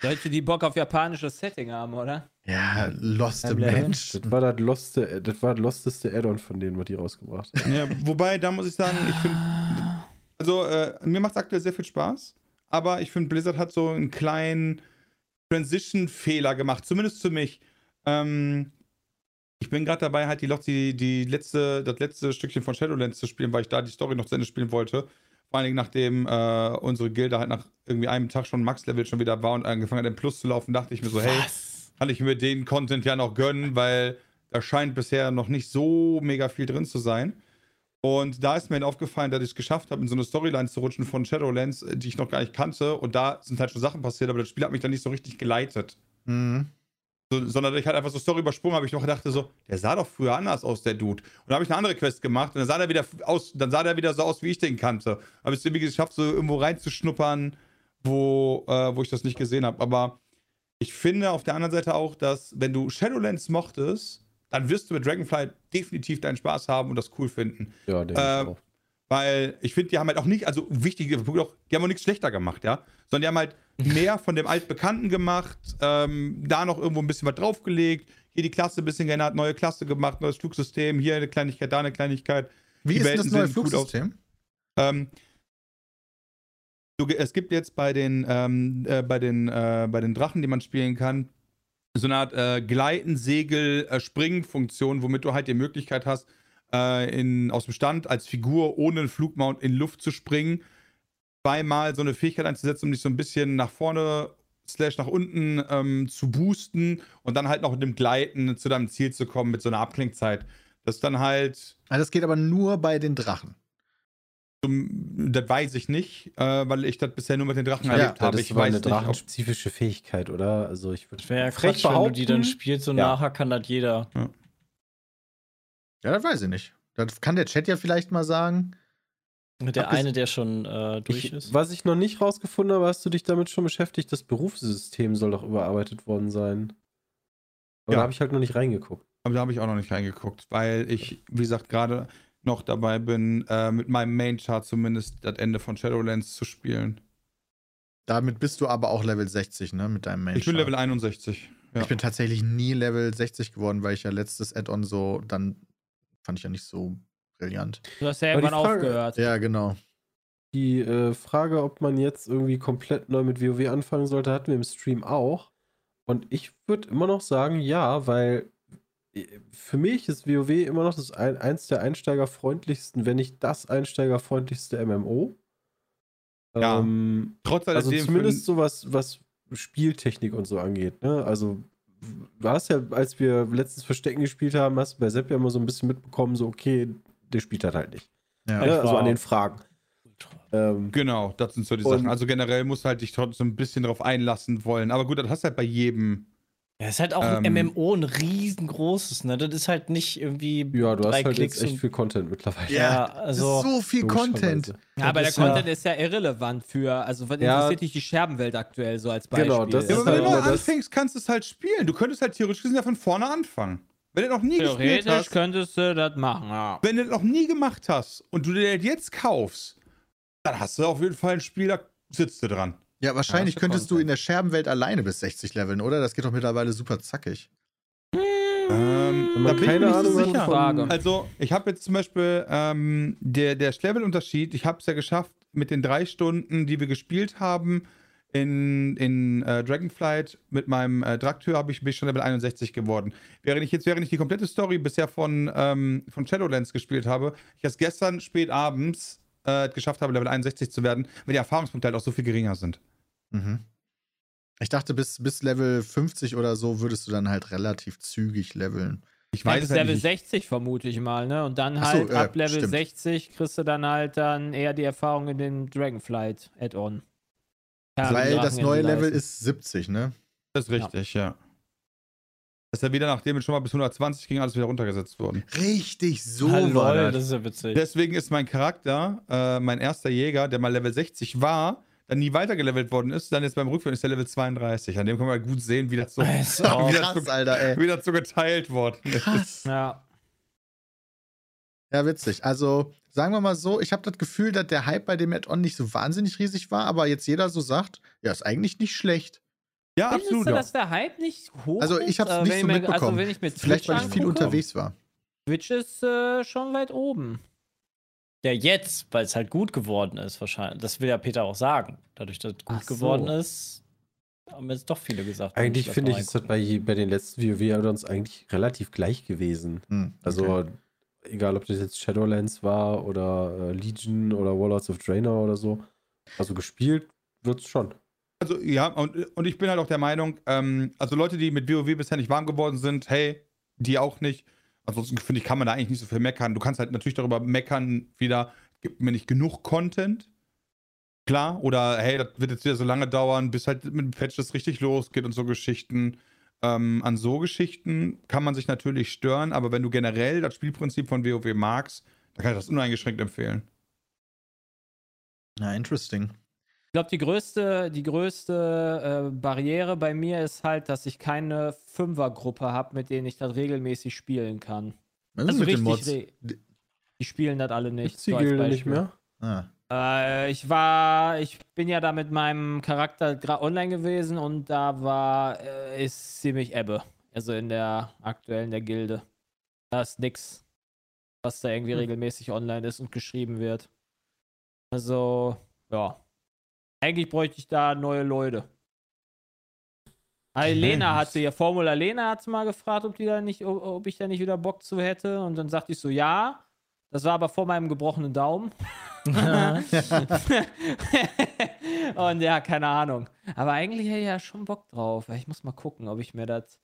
Leute, die Bock auf japanisches Setting haben, oder? Ja, Lost im Emblem. Mensch. Das war das, loste, das, war das losteste Add-on von denen, was die rausgebracht haben. Ja, wobei da muss ich sagen, ich finde also äh, mir macht es aktuell sehr viel Spaß, aber ich finde Blizzard hat so einen kleinen Transition Fehler gemacht, zumindest für mich. Ähm, ich bin gerade dabei, halt die, Lots- die, die letzte, das letzte Stückchen von Shadowlands zu spielen, weil ich da die Story noch zu Ende spielen wollte. Vor allen Dingen, nachdem äh, unsere Gilde halt nach irgendwie einem Tag schon Max-Level schon wieder war und angefangen hat, im Plus zu laufen, dachte ich mir so, hey, kann ich mir den Content ja noch gönnen, weil da scheint bisher noch nicht so mega viel drin zu sein. Und da ist mir dann aufgefallen, dass ich es geschafft habe, in so eine Storyline zu rutschen von Shadowlands, äh, die ich noch gar nicht kannte. Und da sind halt schon Sachen passiert, aber das Spiel hat mich dann nicht so richtig geleitet. Mhm. So, sondern ich halt einfach so Story übersprungen habe. Ich noch dachte so, der sah doch früher anders aus, der Dude. Und da habe ich eine andere Quest gemacht und dann sah der wieder f- aus, dann sah der wieder so aus, wie ich den kannte. Habe ich es irgendwie geschafft, so irgendwo reinzuschnuppern, wo, äh, wo ich das nicht gesehen habe. Aber ich finde auf der anderen Seite auch, dass wenn du Shadowlands mochtest, dann wirst du mit Dragonfly definitiv deinen Spaß haben und das cool finden. Ja, äh, denke Ähm, Weil ich finde, die haben halt auch nicht, also wichtige Punkt auch, die haben auch nichts schlechter gemacht, ja. Sondern die haben halt mehr von dem Altbekannten gemacht, ähm, da noch irgendwo ein bisschen was draufgelegt, hier die Klasse ein bisschen geändert, neue Klasse gemacht, neues Flugsystem, hier eine Kleinigkeit, da eine Kleinigkeit. Wie Die ist denn das Welten neue sehen gut aus. Flugsystem? Ähm, du, ge- es gibt jetzt bei den, ähm, äh, bei, den, äh, bei den Drachen, die man spielen kann, so eine Art äh, Gleiten, Segel, äh, Springen-Funktion, womit du halt die Möglichkeit hast, äh, in, aus dem Stand als Figur ohne einen Flugmount in Luft zu springen, zweimal so eine Fähigkeit einzusetzen, um dich so ein bisschen nach vorne slash nach unten ähm, zu boosten und dann halt noch mit dem Gleiten zu deinem Ziel zu kommen mit so einer Abklingzeit. Das ist dann halt Ah, das geht aber nur bei den Drachen. zum, das weiß ich nicht, äh, weil ich das bisher nur mit den Drachen Ja, erlebt habe. das Ich war weiß eine nicht, ob, drachenspezifische Fähigkeit, oder? Also ich würde Das wäre ja Quatsch, wenn du die dann spielst und Ja. nachher kann das jeder. Ja, das weiß ich nicht. Das kann der Chat ja vielleicht mal sagen. Der Abges- eine, der schon äh, durch Ich, ist. was ich noch nicht rausgefunden habe, hast du dich damit schon beschäftigt? Das Berufssystem soll doch überarbeitet worden sein. Aber Ja. da habe ich halt noch nicht reingeguckt. aber da habe ich auch noch nicht reingeguckt, weil ich, wie gesagt, gerade noch dabei bin, äh, mit meinem Main-Chart zumindest das Ende von Shadowlands zu spielen. Damit bist du aber auch Level 60, ne? Mit deinem Mensch. ich bin Level 61. Ja. Ich bin tatsächlich nie Level 60 geworden, weil ich ja letztes Add-on so, dann fand ich ja nicht so brillant. Du hast ja Aber die irgendwann Frage- aufgehört. Ja, genau. Die äh, Frage, ob man jetzt irgendwie komplett neu mit WoW anfangen sollte, hatten wir im Stream auch. Und ich würde immer noch sagen, ja, weil äh, für mich ist WoW immer noch das ein, eins der einsteigerfreundlichsten, wenn nicht das einsteigerfreundlichste MMO. Ja. Ähm, Trotz Also alledem zumindest für, so was, was Spieltechnik und so angeht. Ne? Also du hast ja, als wir letztens Verstecken gespielt haben, hast du bei Sepp ja immer so ein bisschen mitbekommen, so okay, der spielt halt halt nicht. Ja. Ich Ne? Also war- an den Fragen. Ähm, Genau, das sind so die Und- Sachen. Also generell musst du halt dich trotzdem ein bisschen drauf einlassen wollen. Aber gut, das hast du halt bei jedem. Ja, ist halt auch ein Ähm, MMO, ein riesengroßes, ne? Das ist halt nicht irgendwie ja, du drei hast halt Klicks jetzt echt und. viel Content mittlerweile. Ja, Ja, Das also. ist so viel Content. Logischerweise. Ja, aber der Das ist ja- Content ist ja irrelevant für, also was Ja. interessiert dich die Scherbenwelt aktuell so als Beispiel? Genau, das Ja, aber ist wenn du halt neu immer das- anfängst, kannst du es halt spielen. Du könntest halt theoretisch gesehen ja von vorne anfangen. Wenn du noch nie gespielt Theoretisch hast. könntest du das machen, ja. wenn du das noch nie gemacht hast und du dir das jetzt kaufst, dann hast du auf jeden Fall ein Spiel, da sitzt du dran. Ja, wahrscheinlich Ja, das ist könntest du Content. in der Scherbenwelt alleine bis 60 leveln, oder? Das geht doch mittlerweile super zackig. Wenn Ähm, man da bin ich keine mir nicht so Ahnung hat sicher. von- Frage. Also, ich habe jetzt zum Beispiel ähm, der, der Levelunterschied, ich habe es ja geschafft, mit den drei Stunden, die wir gespielt haben, in, in äh, Dragonflight mit meinem äh, Draktür habe ich mich schon Level 61 geworden. Während ich jetzt, während ich die komplette Story bisher von, ähm, von Shadowlands gespielt habe, ich erst gestern spät abends äh, geschafft habe, Level 61 zu werden, weil die Erfahrungspunkte halt auch so viel geringer sind. Mhm. Ich dachte, bis, bis Level 50 oder so würdest du dann halt relativ zügig leveln. Ich Ja, weiß bis es halt Level nicht. 60 vermute ich mal, ne? Und dann Ach so, halt äh, ab Level stimmt. 60 kriegst du dann halt dann eher die Erfahrung in den Dragonflight Add-on. Ja, also weil Drachen das neue in den Level Leisten. ist 70, ne? Das genau. ist richtig, ja. Das ist ja wieder, nachdem es schon mal bis 120 ging, alles wieder runtergesetzt worden. Richtig, so Ah, war lol, das. das ist ja witzig. Deswegen ist mein Charakter, äh, mein erster Jäger, der mal Level 60 war, dann nie weitergelevelt worden ist, dann jetzt beim Rückführen ist er Level 32. An dem kann man gut sehen, wie das so, Äh, Ist wie, auch- das Krass, so Alter, ey. wie das so geteilt worden ist. Krass. Ja. Ja, witzig. Also, sagen wir mal so, ich habe das Gefühl, dass der Hype bei dem Add-on nicht so wahnsinnig riesig war, aber jetzt jeder so sagt, ja, ist eigentlich nicht schlecht. Ja, Findest absolut. du, dass der Hype nicht hoch Also, ich ist? hab's Äh, nicht wenn so ich mir- mitbekommen. Also, wenn ich mir Twitch Vielleicht, weil ich viel angucke, unterwegs war. Twitch ist äh, schon weit oben. Ja, jetzt, weil es halt gut geworden ist, wahrscheinlich. Das will ja Peter auch sagen. Dadurch, dass es gut Ach so. geworden ist, haben jetzt doch viele gesagt. man muss Eigentlich das finde ich, Halt mal ist das reingucken. bei, je- bei den letzten WoW-Addons eigentlich relativ gleich gewesen. Hm, Also, okay. egal ob das jetzt Shadowlands war oder äh, Legion oder Warlords of Draenor oder so. Also, gespielt wird's schon. Also, ja, und, und ich bin halt auch der Meinung, ähm, also Leute, die mit WoW bisher nicht warm geworden sind, hey, die auch nicht. Ansonsten finde ich, kann man da eigentlich nicht so viel meckern. Du kannst halt natürlich darüber meckern, wieder, gibt mir nicht genug Content. Klar, oder hey, das wird jetzt wieder so lange dauern, bis halt mit dem Patch das richtig losgeht und so Geschichten. Ähm, an so Geschichten kann man sich natürlich stören, aber wenn du generell das Spielprinzip von WoW magst, dann kann ich das uneingeschränkt empfehlen. Na, interesting. Ich glaube, die größte, die größte äh, Barriere bei mir ist halt, dass ich keine Fünfergruppe habe, mit denen ich das regelmäßig spielen kann. Was ist Also mit den richtig, Mods? re- die spielen das alle nicht. Gibt's so die als Gilde nicht Beispiel. mehr? Ah. Äh, ich war, ich bin ja da mit meinem Charakter gra- online gewesen und da war, äh, ist ziemlich Ebbe. Also in der aktuellen der Gilde. Da ist nix, was da irgendwie regelmäßig online ist und geschrieben wird. Also, ja. Eigentlich bräuchte ich da neue Leute. Ah, Lena hatte ja, Formula Lena hat mal gefragt, ob, die da nicht, ob- ob ich da nicht wieder Bock zu hätte. Und dann sagte ich so, ja. Das war aber vor meinem gebrochenen Daumen. und ja, keine Ahnung. Aber eigentlich hätte ich ja schon Bock drauf. Ich muss mal gucken, ob ich mir das.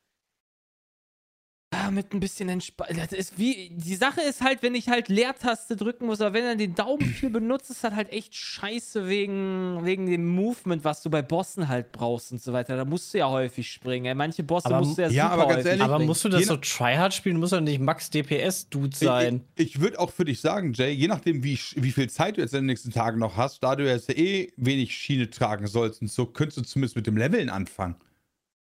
Ah, mit ein bisschen entspannt. Das ist wie. Die Sache ist halt, wenn ich halt Leertaste drücken muss, aber wenn er den Daumen viel benutzt, ist das halt echt scheiße wegen, wegen dem Movement, was du bei Bossen halt brauchst und so weiter. Da musst du ja häufig springen. ey. Manche Bosse Aber- musst du ja, ja, super aber ganz häufig ehrlich, Aber springen. musst du das Je so tryhard spielen? Muss doch nicht Max DPS-Dude Ich- sein. Ich, ich würde auch für dich sagen, Jay, je nachdem, wie, sch- wie viel Zeit du jetzt in den nächsten Tagen noch hast, da du jetzt eh wenig Schiene tragen sollst und so, könntest du zumindest mit dem Leveln anfangen.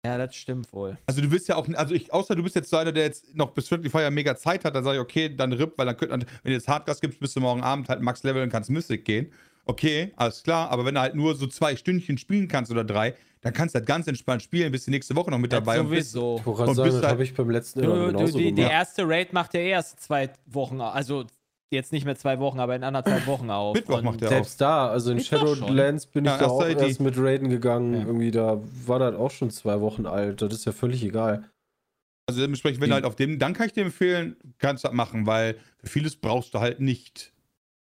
Ja, das stimmt wohl. Also du bist ja auch, also ich, außer du bist jetzt so einer, der jetzt noch bis Friendly Fire mega Zeit hat, dann sage ich, okay, dann RIP, weil dann könnt, wenn du jetzt Hardgas gibst, bist du morgen Abend halt Max Level und kannst Mystic gehen. Okay, alles klar, aber wenn du halt nur so zwei Stündchen spielen kannst oder drei, dann kannst du halt ganz entspannt spielen, bist die nächste Woche noch mit dabei das und bist, sowieso. Ich wollte gerade Und sagen, bist das halt- habe ich beim letzten Addon Du, du, Genau, genauso die, die gemacht. erste Raid macht ja erst zwei Wochen, au- also jetzt nicht mehr zwei Wochen, aber in anderthalb Wochen auf. Mittwoch Und macht der auf. Selbst da, also in Ich doch schon. Shadowlands bin Ja, ich da erste auch ID. erst mit Raiden gegangen. Ja. Irgendwie, da war das auch schon zwei Wochen alt. Das ist ja völlig egal. Also dementsprechend, wenn du halt auf dem, dann kann ich dir empfehlen, kannst du das machen, weil für vieles brauchst du halt nicht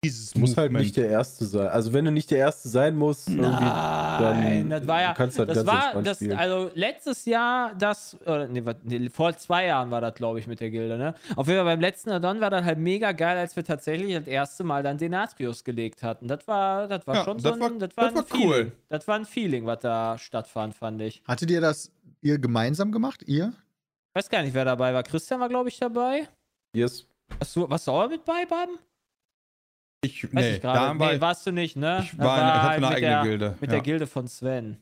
dieses Du musst halt nicht der Erste sein. Also, wenn du nicht der Erste sein musst, irgendwie, Nein, dann das war ja, kannst du das das ganz war, entspannt das, spielen. also letztes Jahr, das, äh, nee, wat- nee, vor zwei Jahren war das, glaube ich, mit der Gilde, ne? Auf jeden Fall beim letzten Addon war das halt mega geil, als wir tatsächlich das erste Mal dann den Atrius gelegt hatten. Das war, das war Ja, schon das so ein, war- das war, das ein war cool. Feeling. Das war ein Feeling, was da stattfand, fand ich. Hattet ihr das ihr gemeinsam gemacht? Ihr? Ich weiß gar nicht, wer dabei war. Christian war, glaube ich, dabei. yes. Hast du, warst du auch mit bei, Baben? Ich, Weiß nee, ich gerade. da war Nee, warst du nicht, ne? ich, Da war in, ich hatte halt eine mit eigene der, Gilde. Mit ja. der Gilde von Sven.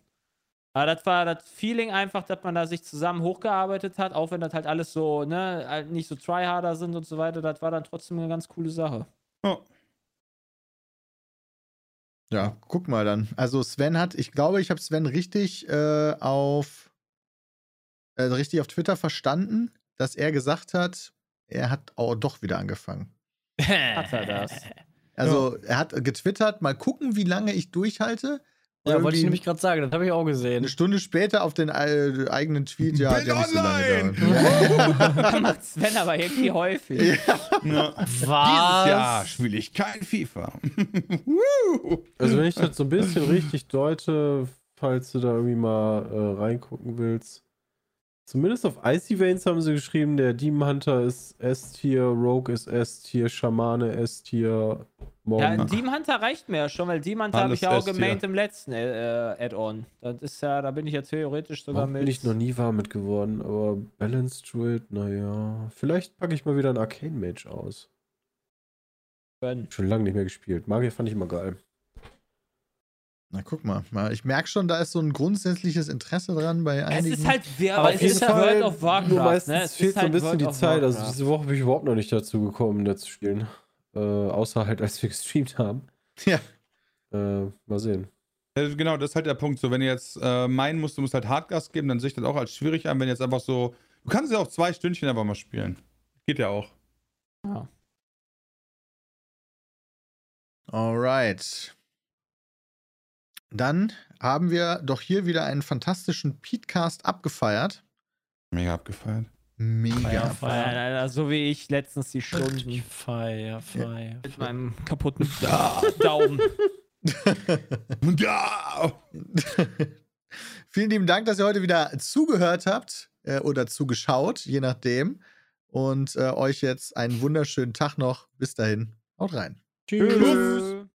Aber das war das Feeling einfach, dass man da sich zusammen hochgearbeitet hat, auch wenn das halt alles so, ne, halt nicht so tryharder sind und so weiter, das war dann trotzdem eine ganz coole Sache. Ja. Ja, guck mal dann. Also Sven hat, ich glaube, ich habe Sven richtig äh, auf äh, richtig auf Twitter verstanden, dass er gesagt hat, er hat auch doch wieder angefangen. Hat er das. Also er hat getwittert, mal gucken, wie lange ich durchhalte. Ja, wollte ich irgendwie nämlich gerade sagen, das habe ich auch gesehen. eine Stunde später auf den ei- eigenen Tweet, ja, Bin hat ja nicht so lange online! gedauert. Macht Sven aber irgendwie häufig. Ja. Dieses Jahr Was? spiele ich kein FIFA. Also wenn ich das so ein bisschen richtig deute, falls du da irgendwie mal äh, reingucken willst. Zumindest auf Icy Veins haben sie geschrieben, der Demon Hunter ist S-Tier, Rogue ist S-Tier, Schamane S-Tier, Ja, Monk. Demon Hunter reicht mir ja schon, weil Demon Hunter habe Alles ich ja auch S-Tier. gemaint im letzten äh, äh, Add-on. Das ist ja, da bin ich ja theoretisch sogar Monk mit. bin ich noch nie warm mit geworden, aber Balanced Druid, naja. Vielleicht packe ich mal wieder einen Arcane Mage aus. drin. Schon lange nicht mehr gespielt. Magier fand ich immer geil. Na, guck mal. mal. Ich merke schon, da ist so ein grundsätzliches Interesse dran bei Es einigen. ist halt, wer, Aber es ist halt World of Warcraft. nur meistens ne? Es fehlt ist so ein halt bisschen World die of Zeit. Also Warcraft. diese Woche bin ich überhaupt noch nicht dazu gekommen, da zu spielen. Äh, außer halt, als wir gestreamt haben. Ja. Äh, mal sehen. Ja, Genau, das ist halt der Punkt. So, wenn du jetzt äh, meinen musst, du musst halt Hardgas geben, dann sehe ich das auch als schwierig an, wenn jetzt einfach so. Du kannst ja auch zwei Stündchen einfach mal spielen. Geht ja auch. Alright. Dann haben wir doch hier wieder einen fantastischen Podcast abgefeiert. Mega abgefeiert. Mega. Feierabend. Ja, na, na, so wie ich letztens die Stunden Fire, fire. mit meinem kaputten Daumen. Ja! Vielen lieben Dank, dass ihr heute wieder zugehört habt äh, oder zugeschaut, je nachdem. Und äh, euch jetzt einen wunderschönen Tag noch. Bis dahin. Haut rein. Tschüss.